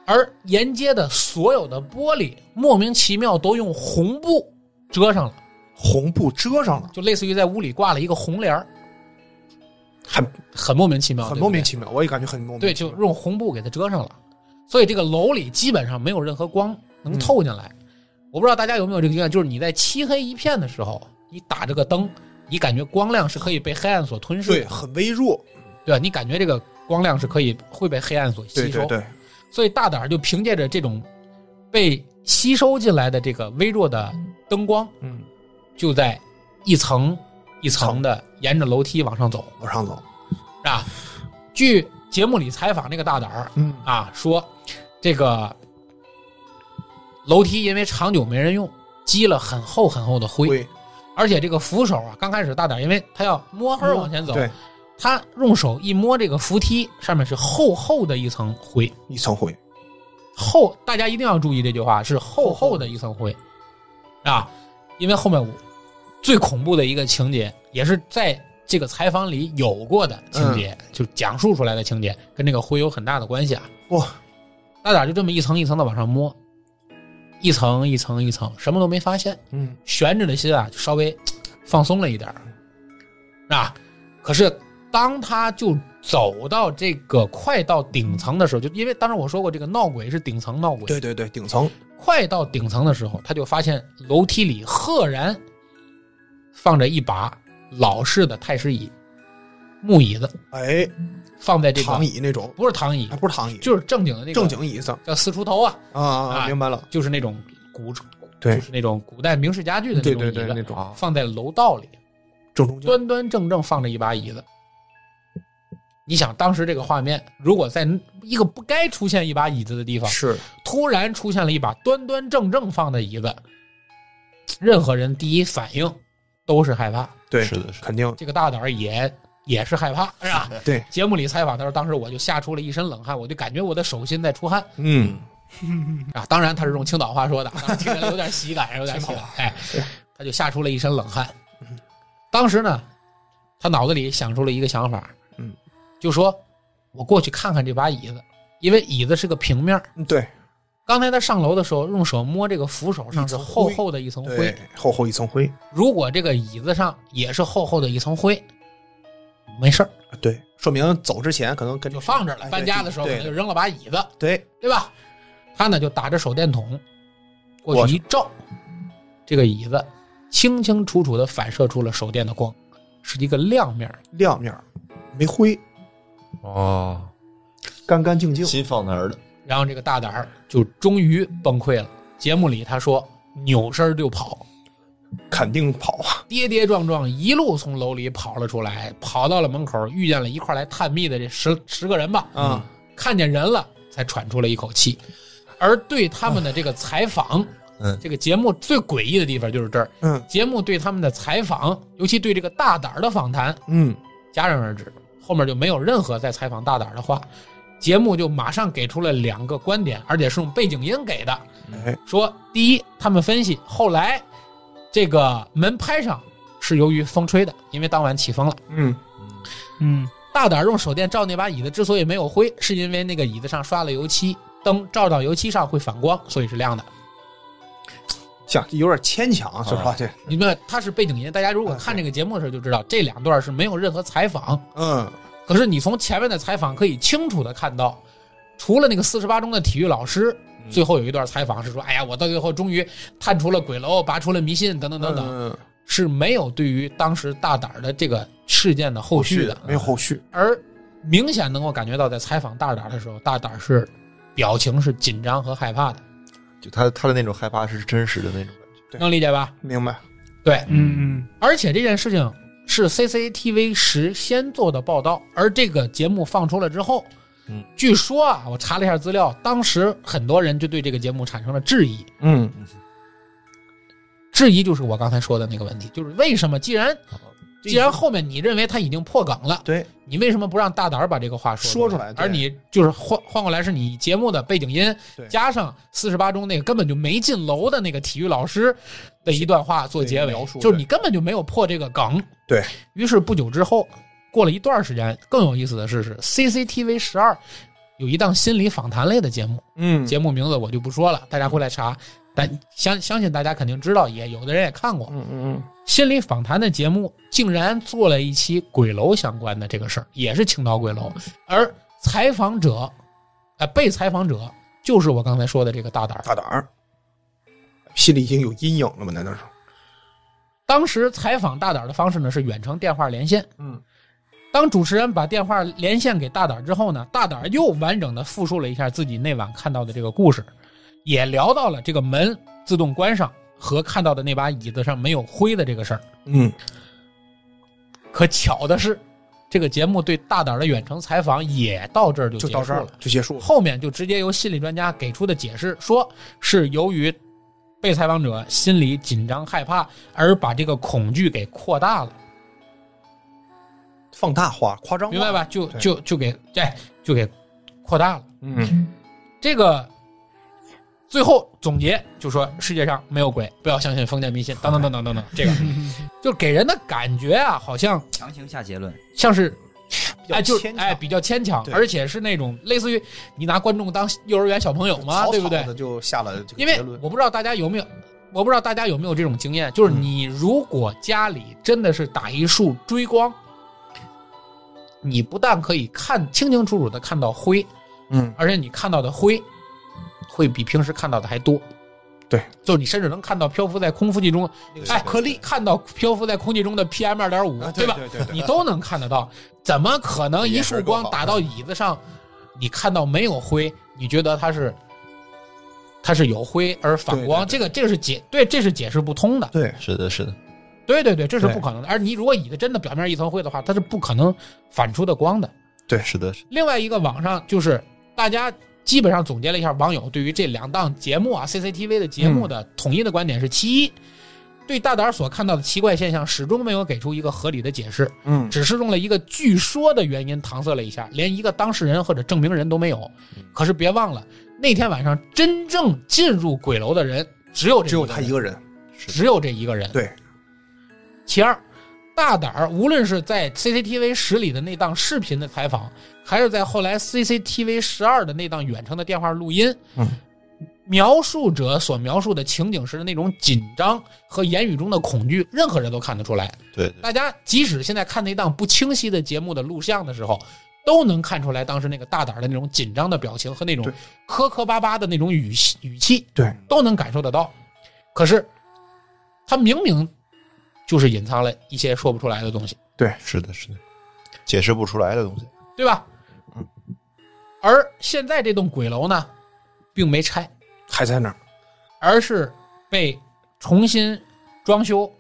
而沿街的所有的玻璃莫名其妙都用红布遮上了，红布遮上了，就类似于在屋里挂了一个红帘儿，很很莫名其妙，很莫名妙，其妙，我也感觉很莫名对，其就妙。用红布给它遮上了，所以这个楼里基本上没有任何光嗯能透进来。我不知道大家有没有这个经验，就是你在漆黑一片的时候，你打着个灯，你感觉光亮是可以被黑暗所吞噬的。对，很微弱。对吧？你感觉这个光亮是可以会被黑暗所吸收，对对对，所以大胆儿就凭借着这种被吸收进来的这个微弱的灯光，嗯，就在一层一层的沿着楼梯往上走，往上走。是吧？据节目里采访那个大胆儿嗯啊说，这个楼梯因为长久没人用，积了很厚很厚的灰，对而且这个扶手啊，刚开始大胆儿因为他要摸黑儿往前走，对，他用手一摸这个扶梯，上面是厚厚的一层灰，一层灰。厚，大家一定要注意这句话，是厚厚的一层灰，啊，因为后面我最恐怖的一个情节，也是在这个采访里有过的情节，就讲述出来的情节，跟这个灰有很大的关系啊。哇，大胆就这么一层一层的往上摸，一层一层一层，什么都没发现，嗯，悬着的心啊，就稍微嘖放松了一点儿，啊，可是当他就走到这个快到顶层的时候，就因为当时我说过，这个闹鬼是顶层闹鬼，对对对，顶层。快到顶层的时候，他就发现楼梯里赫然放着一把老式的太师椅，木椅子哎，放在这个躺椅那种，不是躺椅哎，，不是躺椅，就是正经的那个正经椅子啊叫四出头啊，啊啊！啊明白了，就是那种古对就是那种古代明式家具的那对种椅对子，对，那种啊，放在楼道里。正中间。端端正正放着一把椅子。你想，当时这个画面，如果在一个不该出现一把椅子的地方，是，突然出现了一把端端正正放的椅子，任何人第一反应都是害怕。对，是的，是的肯定这个大胆儿也也是害怕，是吧？对节目里采访他说，当时我就吓出了一身冷汗，我就感觉我的手心在出汗嗯，啊。当然他是用青岛话 说的，当时听着有点喜感，有点喜感。哎，他就吓出了一身冷汗。当时呢，他脑子里想出了一个想法，嗯，就说我过去看看这把椅子，因为椅子是个平面儿。嗯对，刚才他上楼的时候，用手摸这个扶手上一是层厚灰厚的一层灰，对，厚厚一层灰，如果这个椅子上也是厚厚的一层灰，没事儿，对，说明走之前可能跟就放这儿了。哎搬家的时候可对能就对扔了把椅子，对，对吧？他呢就打着手电筒过去一照，这个椅子清清楚楚的反射出了手电的光，是一个亮面儿。亮面儿没灰，哦，干干净净，心放那儿了，然后这个大胆儿就终于崩溃了。节目里他说扭身儿就跑，肯定跑啊，跌跌撞撞一路从楼里跑了出来，跑到了门口，遇见了一块儿来探秘的这十十个人吧。啊，看见人了，才喘出了一口气。而对他们的这个采访，嗯这个节目最诡异的地方就是这儿，嗯节目对他们的采访，尤其对这个大胆儿的访谈，嗯，戛然而止，后面就没有任何再采访大胆儿的话。节目就马上给出了两个观点，而且是用背景音给的，哎，说第一，他们分析后来这个门拍上是由于风吹的，因为当晚起风了。嗯，嗯，大胆儿用手电照那把椅子，之所以没有灰，是因为那个椅子上刷了油漆，灯照到油漆上会反光，所以是亮的。讲有点牵强啊，说实话这，你们它是背景音，大家如果看这个节目的时候就知道，这两段是没有任何采访。嗯，可是你从前面的采访可以清楚的看到，除了那个四十八中的体育老师，最后有一段采访是说：“哎呀，我到最后终于探出了鬼楼，拔出了迷信，等等等等。嗯，”是没有对于当时大胆儿的这个事件的后续的。嗯没有后续，而明显能够感觉到，在采访大胆的时候，大胆是表情是紧张和害怕的，就他他的那种害怕是真实的那种，对能理解吧？明白，对，嗯而且这件事情是 CCTV 十先做的报道，而这个节目放出了之后，嗯，据说啊，我查了一下资料，当时很多人就对这个节目产生了质疑，嗯，质疑就是我刚才说的那个问题，就是为什么既然既然后面你认为他已经破梗了，对，你为什么不让大胆儿把这个话说说出来对而你就是换换过来是你节目的背景音，对加上四十八中那个根本就没进楼的那个体育老师的一段话做结尾对描，述就是你根本就没有破这个梗。对于是不久之后，过了一段时间，更有意思的是，是 CCTV 十二有一档心理访谈类的节目，嗯，节目名字我就不说了，大家回来查。但相相信大家肯定知道，也有的人也看过嗯嗯心理访谈的节目，竟然做了一期鬼楼相关的这个事儿，也是青岛鬼楼，而采访者，呃，被采访者就是我刚才说的这个大胆儿嗯，。大胆儿，心里已经有阴影了嘛，难道是？当时采访大胆儿的方式呢是远程电话连线。嗯，当主持人把电话连线给大胆儿之后呢，大胆儿又完整的复述了一下自己那晚看到的这个故事，也聊到了这个门自动关上和看到的那把椅子上没有灰的这个事儿。嗯，可巧的是，这个节目对大胆儿的远程采访也到这儿就就结到束这儿了。了，就结束了。后面就直接由心理专家给出的解释，说是由于被采访者心里紧张害怕，而把这个恐惧给扩大了，放大化、夸张化，明白？吧？就对就就给哎，就给扩大了。嗯，这个最后总结就说世界上没有鬼，不要相信封建迷信，等等等等等等， 这个就给人的感觉啊，好像强行下结论，像是比较哎，就牵强哎比较牵强，对而且是那种类似于你拿观众当幼儿园小朋友嘛，草对不对草？地就下了这个因为结论嗯我不知道大家有没有，我不知道大家有没有这种经验，就是你如果家里真的是打一束追光，你不但可以看清清楚楚的看到灰，嗯，而且你看到的灰会比平时看到的还多。对，就是你甚至能看到漂浮在空气中，哎，颗粒，看到漂浮在空气中的 PM 二点五啊，对吧？对对对，你都能看得到，怎么可能一束光嗯打到椅子上，你看到没有灰？你觉得它是它是有灰而反光？这对个这个是解对，这是解释不通的。对是的，是的，对对对，这是对不可能的。而你如果椅子真的表面一层灰的话，它是不可能反出的光的。是的，是另外一个网上就是大家基本上总结了一下网友对于这两档节目啊 CCTV 的节目的统一的观点是：其一，对大胆所看到的奇怪现象始终没有给出一个合理的解释，嗯，只是用了一个据说的原因搪塞了一下，连一个当事人或者证明人都没有。可是别忘了，那天晚上真正进入鬼楼的人只有这嗯只有他人一个人。只有这一个人。对。其二，大胆儿无论是在 CCTV 十里的那档视频的采访，还是在后来 CCTV 十二的那档远程的电话录音，嗯描述者所描述的情景时的那种紧张和言语中的恐惧，任何人都看得出来。对对大家即使现在看那档不清晰的节目的录像的时候，都能看出来当时那个大胆儿的那种紧张的表情和那种对磕磕巴巴的那种语气语气，对，都能感受得到。可是他明明就是隐藏了一些说不出来的东西，是的，是的，解释不出来的东西。对吧？而现在这栋鬼楼呢，并没拆，还在那儿。而是被重新装修，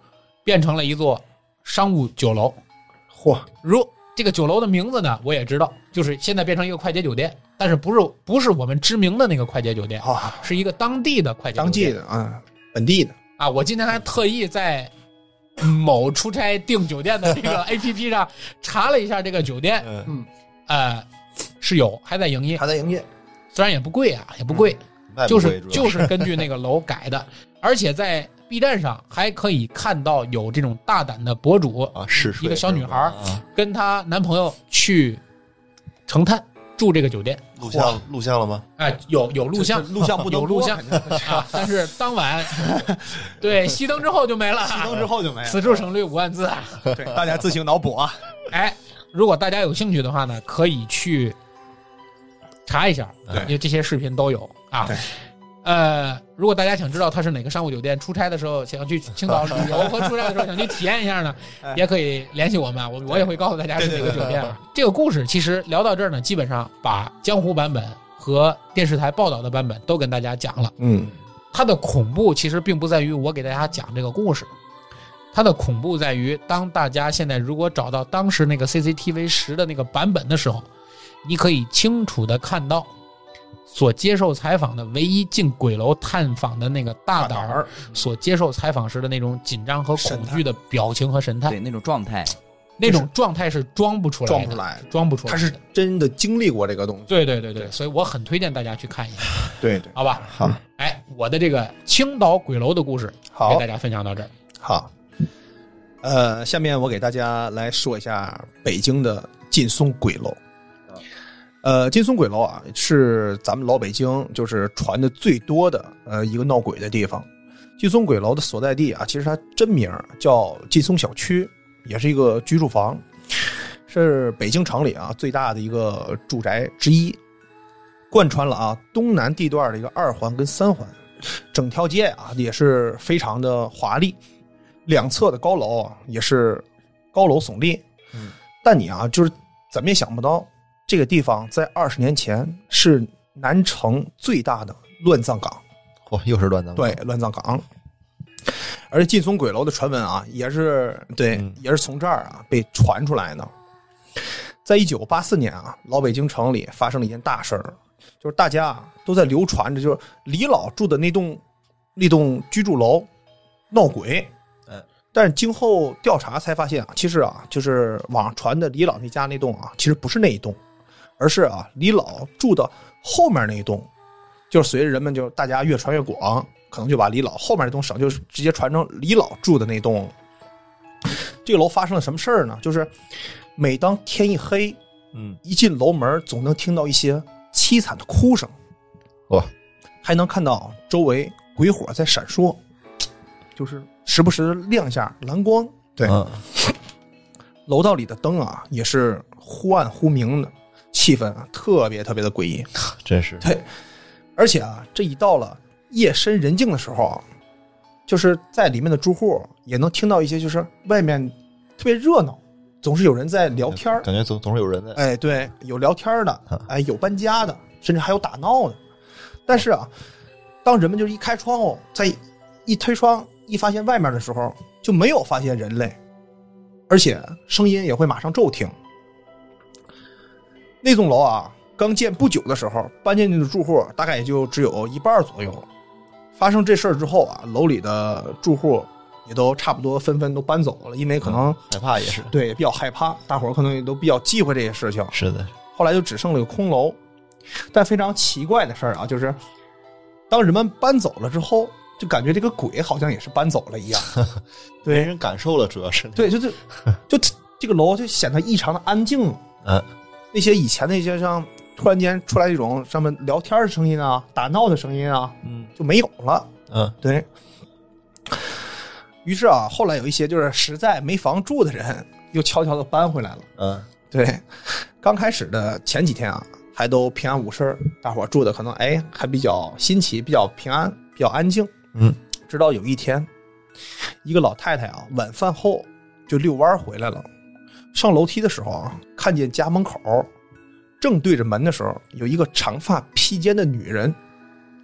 变成了一座商务酒楼。嚯，如这个酒楼的名字呢，我也知道，就是现在变成一个快捷酒店，但是不是不是我们知名的那个快捷酒店，啊，是一个当地的快捷酒店当地的啊，本地的，啊！我今天还特意在某出差订酒店的 这个 APP 上查了一下这个酒店，嗯呃，是有还在营业，哎还在营业。虽然也不贵啊，也不贵，卖嗯不就贵是主要就是根据那个楼改的，而且在 B 站上还可以看到有这种大胆的博主啊，试水一个小女孩儿啊跟她男朋友去成探住这个酒店。录像录像了吗？哎、有有录像，录 像不能有录播像肯定啊，但是当晚对熄灯之后就没了，熄之后就没此处省略五万字。啊了。对，大家自行脑补啊。哎，如果大家有兴趣的话呢，可以去查一下，对因为这些视频都有啊对。呃，如果大家想知道它是哪个商务酒店，出差的时候想去青岛旅游和出差的时候想去体验一下呢 哎，也可以联系我们啊，我我也会告诉大家是哪个酒店啊。这个故事其实聊到这儿呢，基本上把江湖版本和电视台报道的版本都跟大家讲了。嗯，它的恐怖其实并不在于我给大家讲这个故事，它的恐怖在于，当大家现在如果找到当时那个 CCTV 十的那个版本的时候，你可以清楚的看到，所接受采访的唯一进鬼楼探访的那个大胆儿，所接受采访时的那种紧张和恐惧的表情和神态，对那种状态，那种状态是装不出来的，装不出，来，装不出来他的，是真的经历过这个东西。对对对对，所以我很推荐大家去看一下，对对，好吧？好，哎，我的这个青岛鬼楼的故事给好大，家分享到这儿。好。呃，下面我给大家来说一下北京的劲松鬼楼。呃，劲松鬼楼啊，是咱们老北京就是传的最多的呃一个闹鬼的地方。劲松鬼楼的所在地啊，其实它真名儿叫劲松小区，也是一个居住房，是北京城里啊最大的一个住宅之一，贯穿了啊东南地段的一个二环跟三环，整条街啊也是非常的华丽，两侧的高楼啊也是高楼耸立。嗯，但你啊就是怎么也想不到，这个地方在二十年前是南城最大的乱葬岗。嚯，又是乱葬岗对，乱葬岗。而且劲松鬼楼的传闻啊，也是对，嗯也是从这儿啊被传出来的。在一九八四年啊，老北京城里发生了一件大事儿，就是大家啊都在流传着，就是李老住的那栋那栋居住楼闹鬼。嗯，但是经后调查才发现啊，其实啊，就是网上传的李老那家那栋啊，其实不是那一栋，而是啊李老住的后面那一栋。就是随着人们就大家越传越广，可能就把李老后面那栋省就直接传成李老住的那栋了。这个楼发生了什么事儿呢？就是每当天一黑，嗯，一进楼门，总能听到一些凄惨的哭声，哇，还能看到周围鬼火在闪烁，就是时不时亮一下蓝光。对嗯楼道里的灯啊也是忽暗忽明的，气氛啊特别特别的诡异。真是而且啊，这一到了夜深人静的时候啊，就是在里面的住户啊也能听到一些，就是外面特别热闹，总是有人在聊天儿。感觉总总是有人在。哎，对，有聊天儿的啊，哎，有搬家的，甚至还有打闹的。但是啊，当人们就是一开窗户，再一推窗，一发现外面的时候，就没有发现人类，而且声音也会马上骤停。那栋楼啊，刚建不久的时候，搬进去的住户大概也就只有一半儿左右。发生这事儿之后啊，楼里的住户也都差不多纷纷都搬走了，因为可能害怕也是，对比较害怕，大伙儿可能也都比较忌讳这些事情。是的，后来就只剩了个空楼。但非常奇怪的事儿啊，就是当人们搬走了之后，就感觉这个鬼好像也是搬走了一样。没对人感受了，主要是，对，就就就这个楼就显得异常的安静了。嗯，那些以前那些像突然间出来一种上面聊天的声音啊、打闹的声音啊，嗯就没有了。嗯对。于是啊，后来有一些就是实在没房住的人，又悄悄的搬回来了。嗯对，刚开始的前几天啊，还都平安无事儿，大伙儿住的可能哎还比较新奇，比较平安，比较安静。嗯，直到有一天，一个老太太啊，晚饭后就遛弯儿回来了，上楼梯的时候啊，看见家门口正对着门的时候，有一个长发披肩的女人，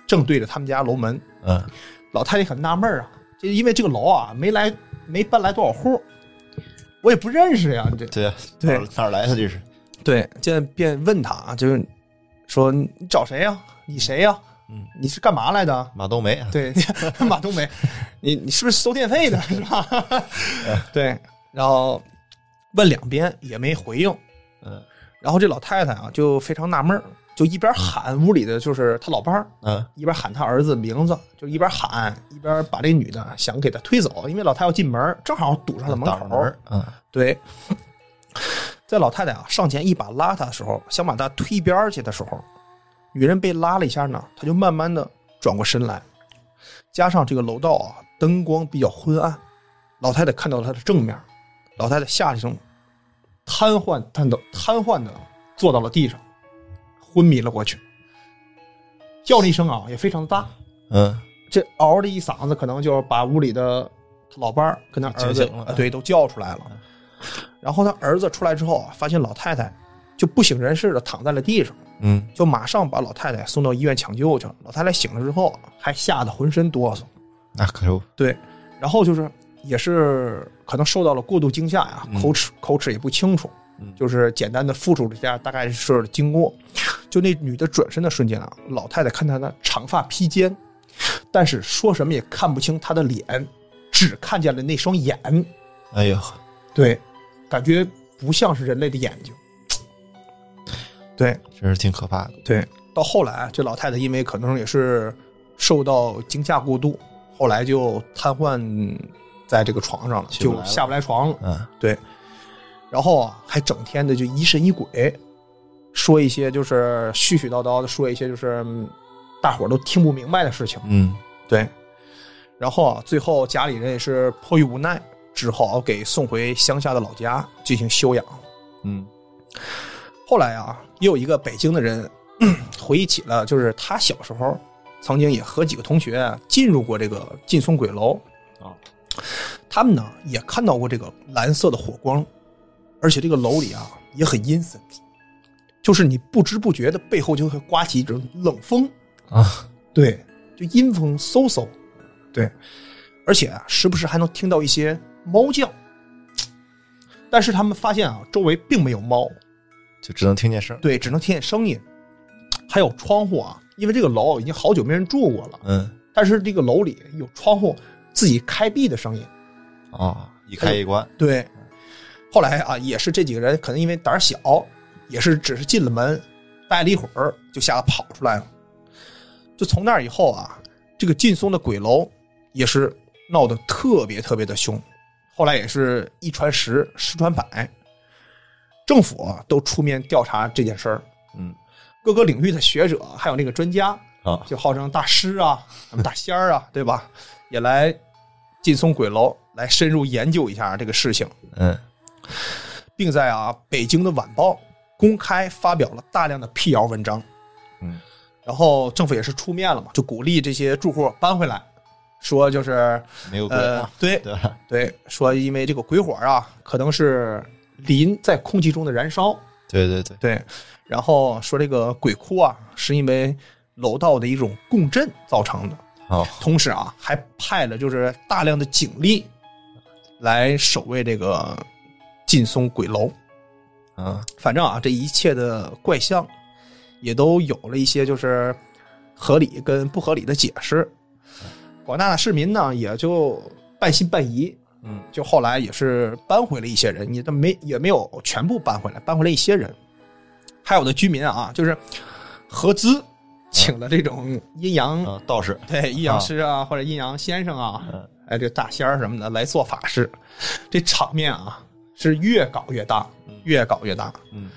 正对着他们家楼门。嗯，老太太很纳闷儿啊，这因为这个楼啊没来没搬来多少户儿，我也不认识呀，这对呀，啊哪对儿哪儿来的这是？对，现在便问他啊，就是说你找谁呀、你谁呀、嗯，你是干嘛来的？马冬梅，啊对， 马冬梅，你你是不是收电费的，是吧？对，然后问两边也没回应，嗯然后这老太太啊就非常纳闷儿，就一边喊屋里的就是她老伴儿，嗯一边喊她儿子名字，就一边喊一边把这女的想给她推走，因为老太要进门儿，正好堵上了门挡着口门儿儿，，嗯对，在老太太啊上前一把拉她的时候，想把她推一边儿去的时候，女人被拉了一下呢，她就慢慢的转过身来，加上这个楼道啊灯光比较昏暗，老太太看到了她的正面，老太太吓了一声，瘫痪瘫的瘫痪的坐到了地上，昏迷了过去，叫了一声啊也非常大，嗯这嗷的一嗓子，可能就把屋里的老伴儿跟他儿就子惊醒了嗯啊对都叫出来了。然后他儿子出来之后啊，发现老太太就不省人事的躺在了地上，嗯，就马上把老太太送到医院抢救去了。老太太醒了之后啊，还吓得浑身哆嗦，那可就然后就是也是可能受到了过度惊吓呀、嗯口齿口齿也不清楚嗯，就是简单的复述了一下大概是事儿的经过。就那女的转身的瞬间啊，老太太看她的长发披肩，但是说什么也看不清她的脸，只看见了那双眼，哎呦，对，感觉不像是人类的眼睛。对，真是挺可怕的。到后来啊这老太太因为可能也是受到惊吓过度，后来就瘫痪在这个床上了，起不来就了下不来床了。嗯然后啊，还整天的就疑神疑鬼，说一些就是絮絮叨叨的说一些就是嗯大伙儿都听不明白的事情。嗯对，然后啊，最后家里人也是迫于无奈，只好给送回乡下的老家进行休养。嗯后来啊，也有一个北京的人 回忆起了，就是他小时候曾经也和几个同学进入过这个劲松鬼楼啊，哦他们呢也看到过这个蓝色的火光，而且这个楼里啊也很阴森，就是你不知不觉的背后就会刮起一种冷风，啊，对，就阴风嗖嗖，对，而且啊，时不时还能听到一些猫叫，但是他们发现啊，周围并没有猫，就只能听见声儿。对，只能听见声音，还有窗户啊，因为这个楼已经好久没人住过了，嗯但是这个楼里有窗户自己开闭的声音。啊，一开一关，对，后来啊，也是这几个人可能因为胆儿小，也是只是进了门，待了一会儿就吓得跑出来了。就从那以后啊，这个劲松的鬼楼也是闹得特别特别的凶，后来也是一传十，十传百，政府啊都出面调查这件事儿。嗯各个领域的学者，还有那个专家，啊，就号称大师啊、什么大仙儿啊，对吧？也来劲松鬼楼来深入研究一下这个事情，嗯并在啊北京的晚报公开发表了大量的辟谣文章。嗯然后政府也是出面了嘛，就鼓励这些住户搬回来，说就是没有鬼呃 话，，对对吧？对，说因为这个鬼火啊，可能是磷在空气中的燃烧，对对对，对，然后说这个鬼哭啊，是因为楼道的一种共振造成的。哦，同时啊，还派了就是大量的警力来守卫这个劲松鬼楼。嗯反正啊，这一切的怪象也都有了一些就是合理跟不合理的解释。广大的市民呢，也就半信半疑。嗯，就后来也是搬回了一些人，也都没也没有全部搬回来，搬回来一些人。还有的居民啊，就是合资请了这种阴阳、嗯，道士 对阴阳师啊，或者阴阳先生啊，嗯哎，这大仙儿什么的来做法事，这场面啊是越搞越大，越搞越大。嗯，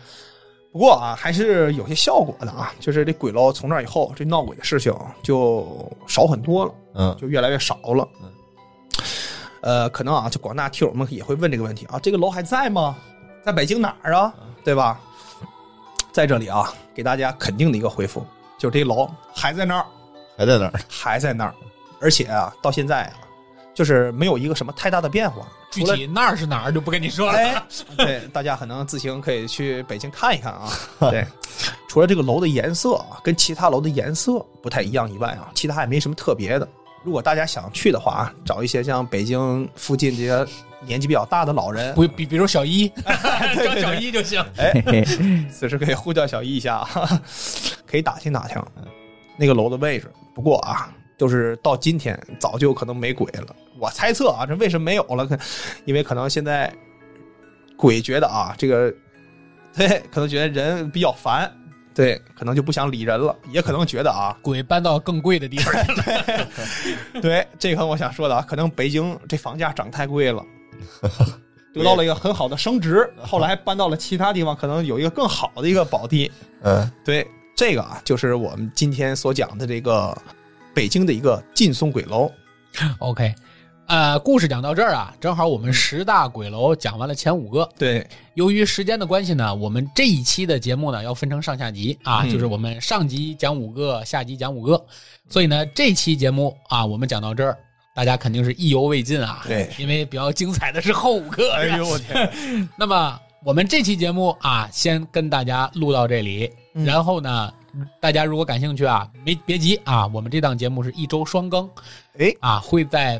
不过啊，还是有些效果的啊，就是这鬼楼从那以后，这闹鬼的事情就少很多了，嗯就越来越少了嗯。呃，可能啊，就广大听友们也会问这个问题啊，这个楼还在吗？在北京哪儿啊？嗯对吧？在这里啊，给大家肯定的一个回复，就这楼还在那儿，还在那儿，还在那儿，而且啊，到现在啊，就是没有一个什么太大的变化。具除了体那儿是哪儿就不跟你说了。哎，对，大家可能自行可以去北京看一看啊。对，除了这个楼的颜色啊，跟其他楼的颜色不太一样以外啊，其他也没什么特别的。如果大家想去的话，啊找一些像北京附近这些年纪比较大的老人，不，比比如小一， 对叫对小一就行。此时可以呼叫小易一下，啊， 可以打听打听那个楼的位置。不过啊，就是到今天早就可能没鬼了。我猜测啊，这为什么没有了？可因为可能现在鬼觉得啊，这个对，可能觉得人比较烦，对，可能就不想理人了，也可能觉得 啊，鬼搬到更贵的地方去了，对，这个我想说的啊，可能北京这房价涨太贵了。得到了一个很好的升 值，后来搬到了其他地方，可能有一个更好的一个宝地，嗯对，这个啊，就是我们今天所讲的这个北京的一个劲松鬼楼。 OK，呃，故事讲到这儿啊，正好我们十大鬼楼讲完了前五个。对，由于时间的关系呢，我们这一期的节目呢要分成上下集啊，嗯就是我们上集讲五个，下集讲五个。所以呢，这期节目啊，我们讲到这儿，大家肯定是意犹未尽啊。对，哎因为比较精彩的是后五个。是吧我天，那么我们这期节目啊，先跟大家录到这里，嗯然后呢，大家如果感兴趣啊，没别急啊，我们这档节目是一周双更，哎啊，会在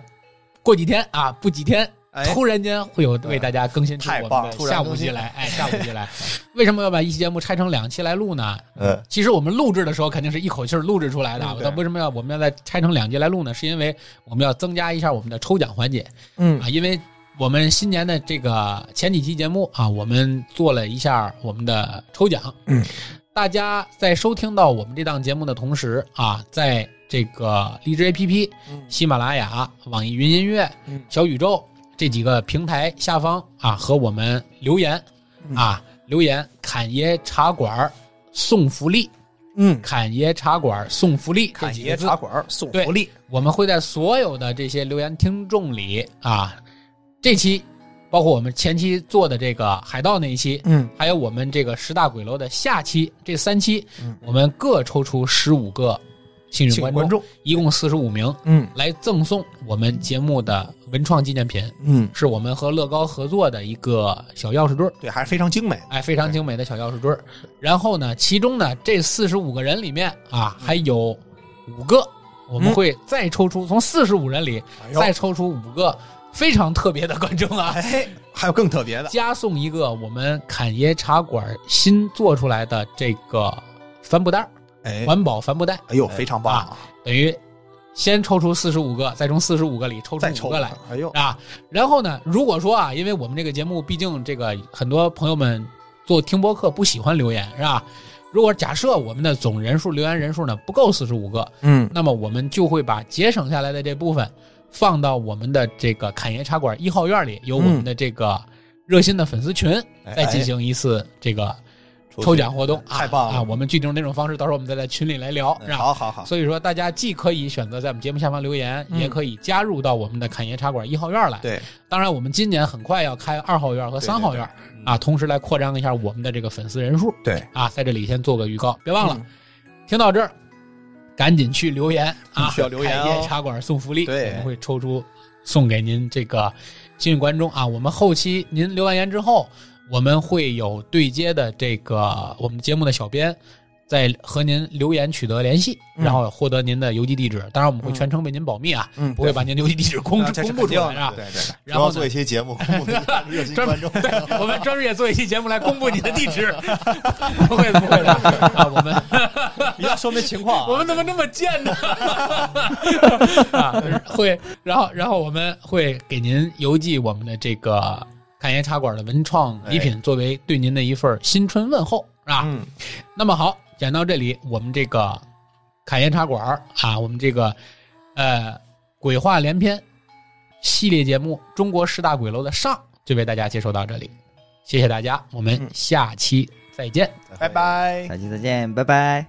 过几天啊，不几天。哎突然间会有为大家更新出太我棒们的了突然下更午新寄来，哎，下午寄来。 为什么要把一期节目拆成两期来录呢？嗯其实我们录制的时候肯定是一口气儿录制出来的嗯，对那为什么要我们要再拆成两集来录呢？是因为我们要增加一下我们的抽奖环节。嗯啊，因为我们新年的这个前几期节目啊，我们做了一下我们的抽奖。嗯，大家在收听到我们这档节目的同时啊，在这个荔枝 APP、喜马拉雅、网易云音乐、嗯小宇宙这几个平台下方啊，和我们留言嗯啊，留言侃爷茶馆儿送福利，嗯，侃爷茶馆儿送福利，哎这侃几爷个字茶馆送福利，我们会在所有的这些留言听众里啊，这期包括我们前期做的这个海盗那一期，嗯，还有我们这个十大鬼楼的下期这三期，我们各抽出十五个幸运请观观众，一共四十五名，嗯来赠送我们节目的文创纪念品，嗯，是我们和乐高合作的一个小钥匙坠儿。对，还是非常精美的。哎，非常精美的小钥匙坠儿。然后呢，其中呢，这四十五个人里面啊，嗯还有五个，我们会再抽出从四十五人里哎再抽出五个非常特别的观众 啊，哎，还有更特别的，加送一个我们侃爷茶馆新做出来的这个帆布袋儿，哎，环保帆布袋，哎呦，非常棒啊！等于先抽出四十五个，再从四十五个里抽再出抽五个来。，哎呦， 啊。然后呢，如果说啊，因为我们这个节目毕竟这个很多朋友们做听播客不喜欢留言，是吧？如果假设我们的总人数留言人数呢不够四十五个，嗯，那么我们就会把节省下来的这部分放到我们的这个侃爷茶馆一号院里，有我嗯们的这个热心的粉丝群，哎再进行一次这个抽奖活动啊！太棒了嗯啊！我们具体用哪种方式，到时候我们再在群里来聊，是吧？好好好，所以说，大家既可以选择在我们节目下方留言，嗯也可以加入到我们的侃爷茶馆一号院来。对，当然，我们今年很快要开二号院和三号院啊，同时来扩张一下我们的这个粉丝人数。对啊，在这里先做个预告，别忘了、听到这儿，赶紧去留言 啊，必须要留言哦凯业茶馆送福利，对我们会抽出送给您这个幸运观众啊。我们后期您留完言之后，我们会有对接的这个我们节目的小编再和您留言取得联系，嗯然后获得您的邮寄地址。当然，我们会全程为您保密啊，嗯，不会把您邮寄地址公啊这是公布出肯定来的啊。对对对，主然要后做呢一，期节目， 公布给热心观众。 我们专门也做一期节目来公布你的地址。 不会的，不会的啊，我们 你要说明情况啊， 我们怎么那么贱呢？ 啊，会，然后然后我们会给您邮寄我们的这个侃爷茶馆的文创礼哎品，作为对您的一份新春问候，啊是吧？嗯，那么好，讲到这里，我们这个侃爷茶馆儿啊，我们这个呃鬼话连篇系列节目《中国十大鬼楼》的上就为大家介绍到这里，谢谢大家，我们嗯下期再见。拜拜。哎下期再见，拜拜。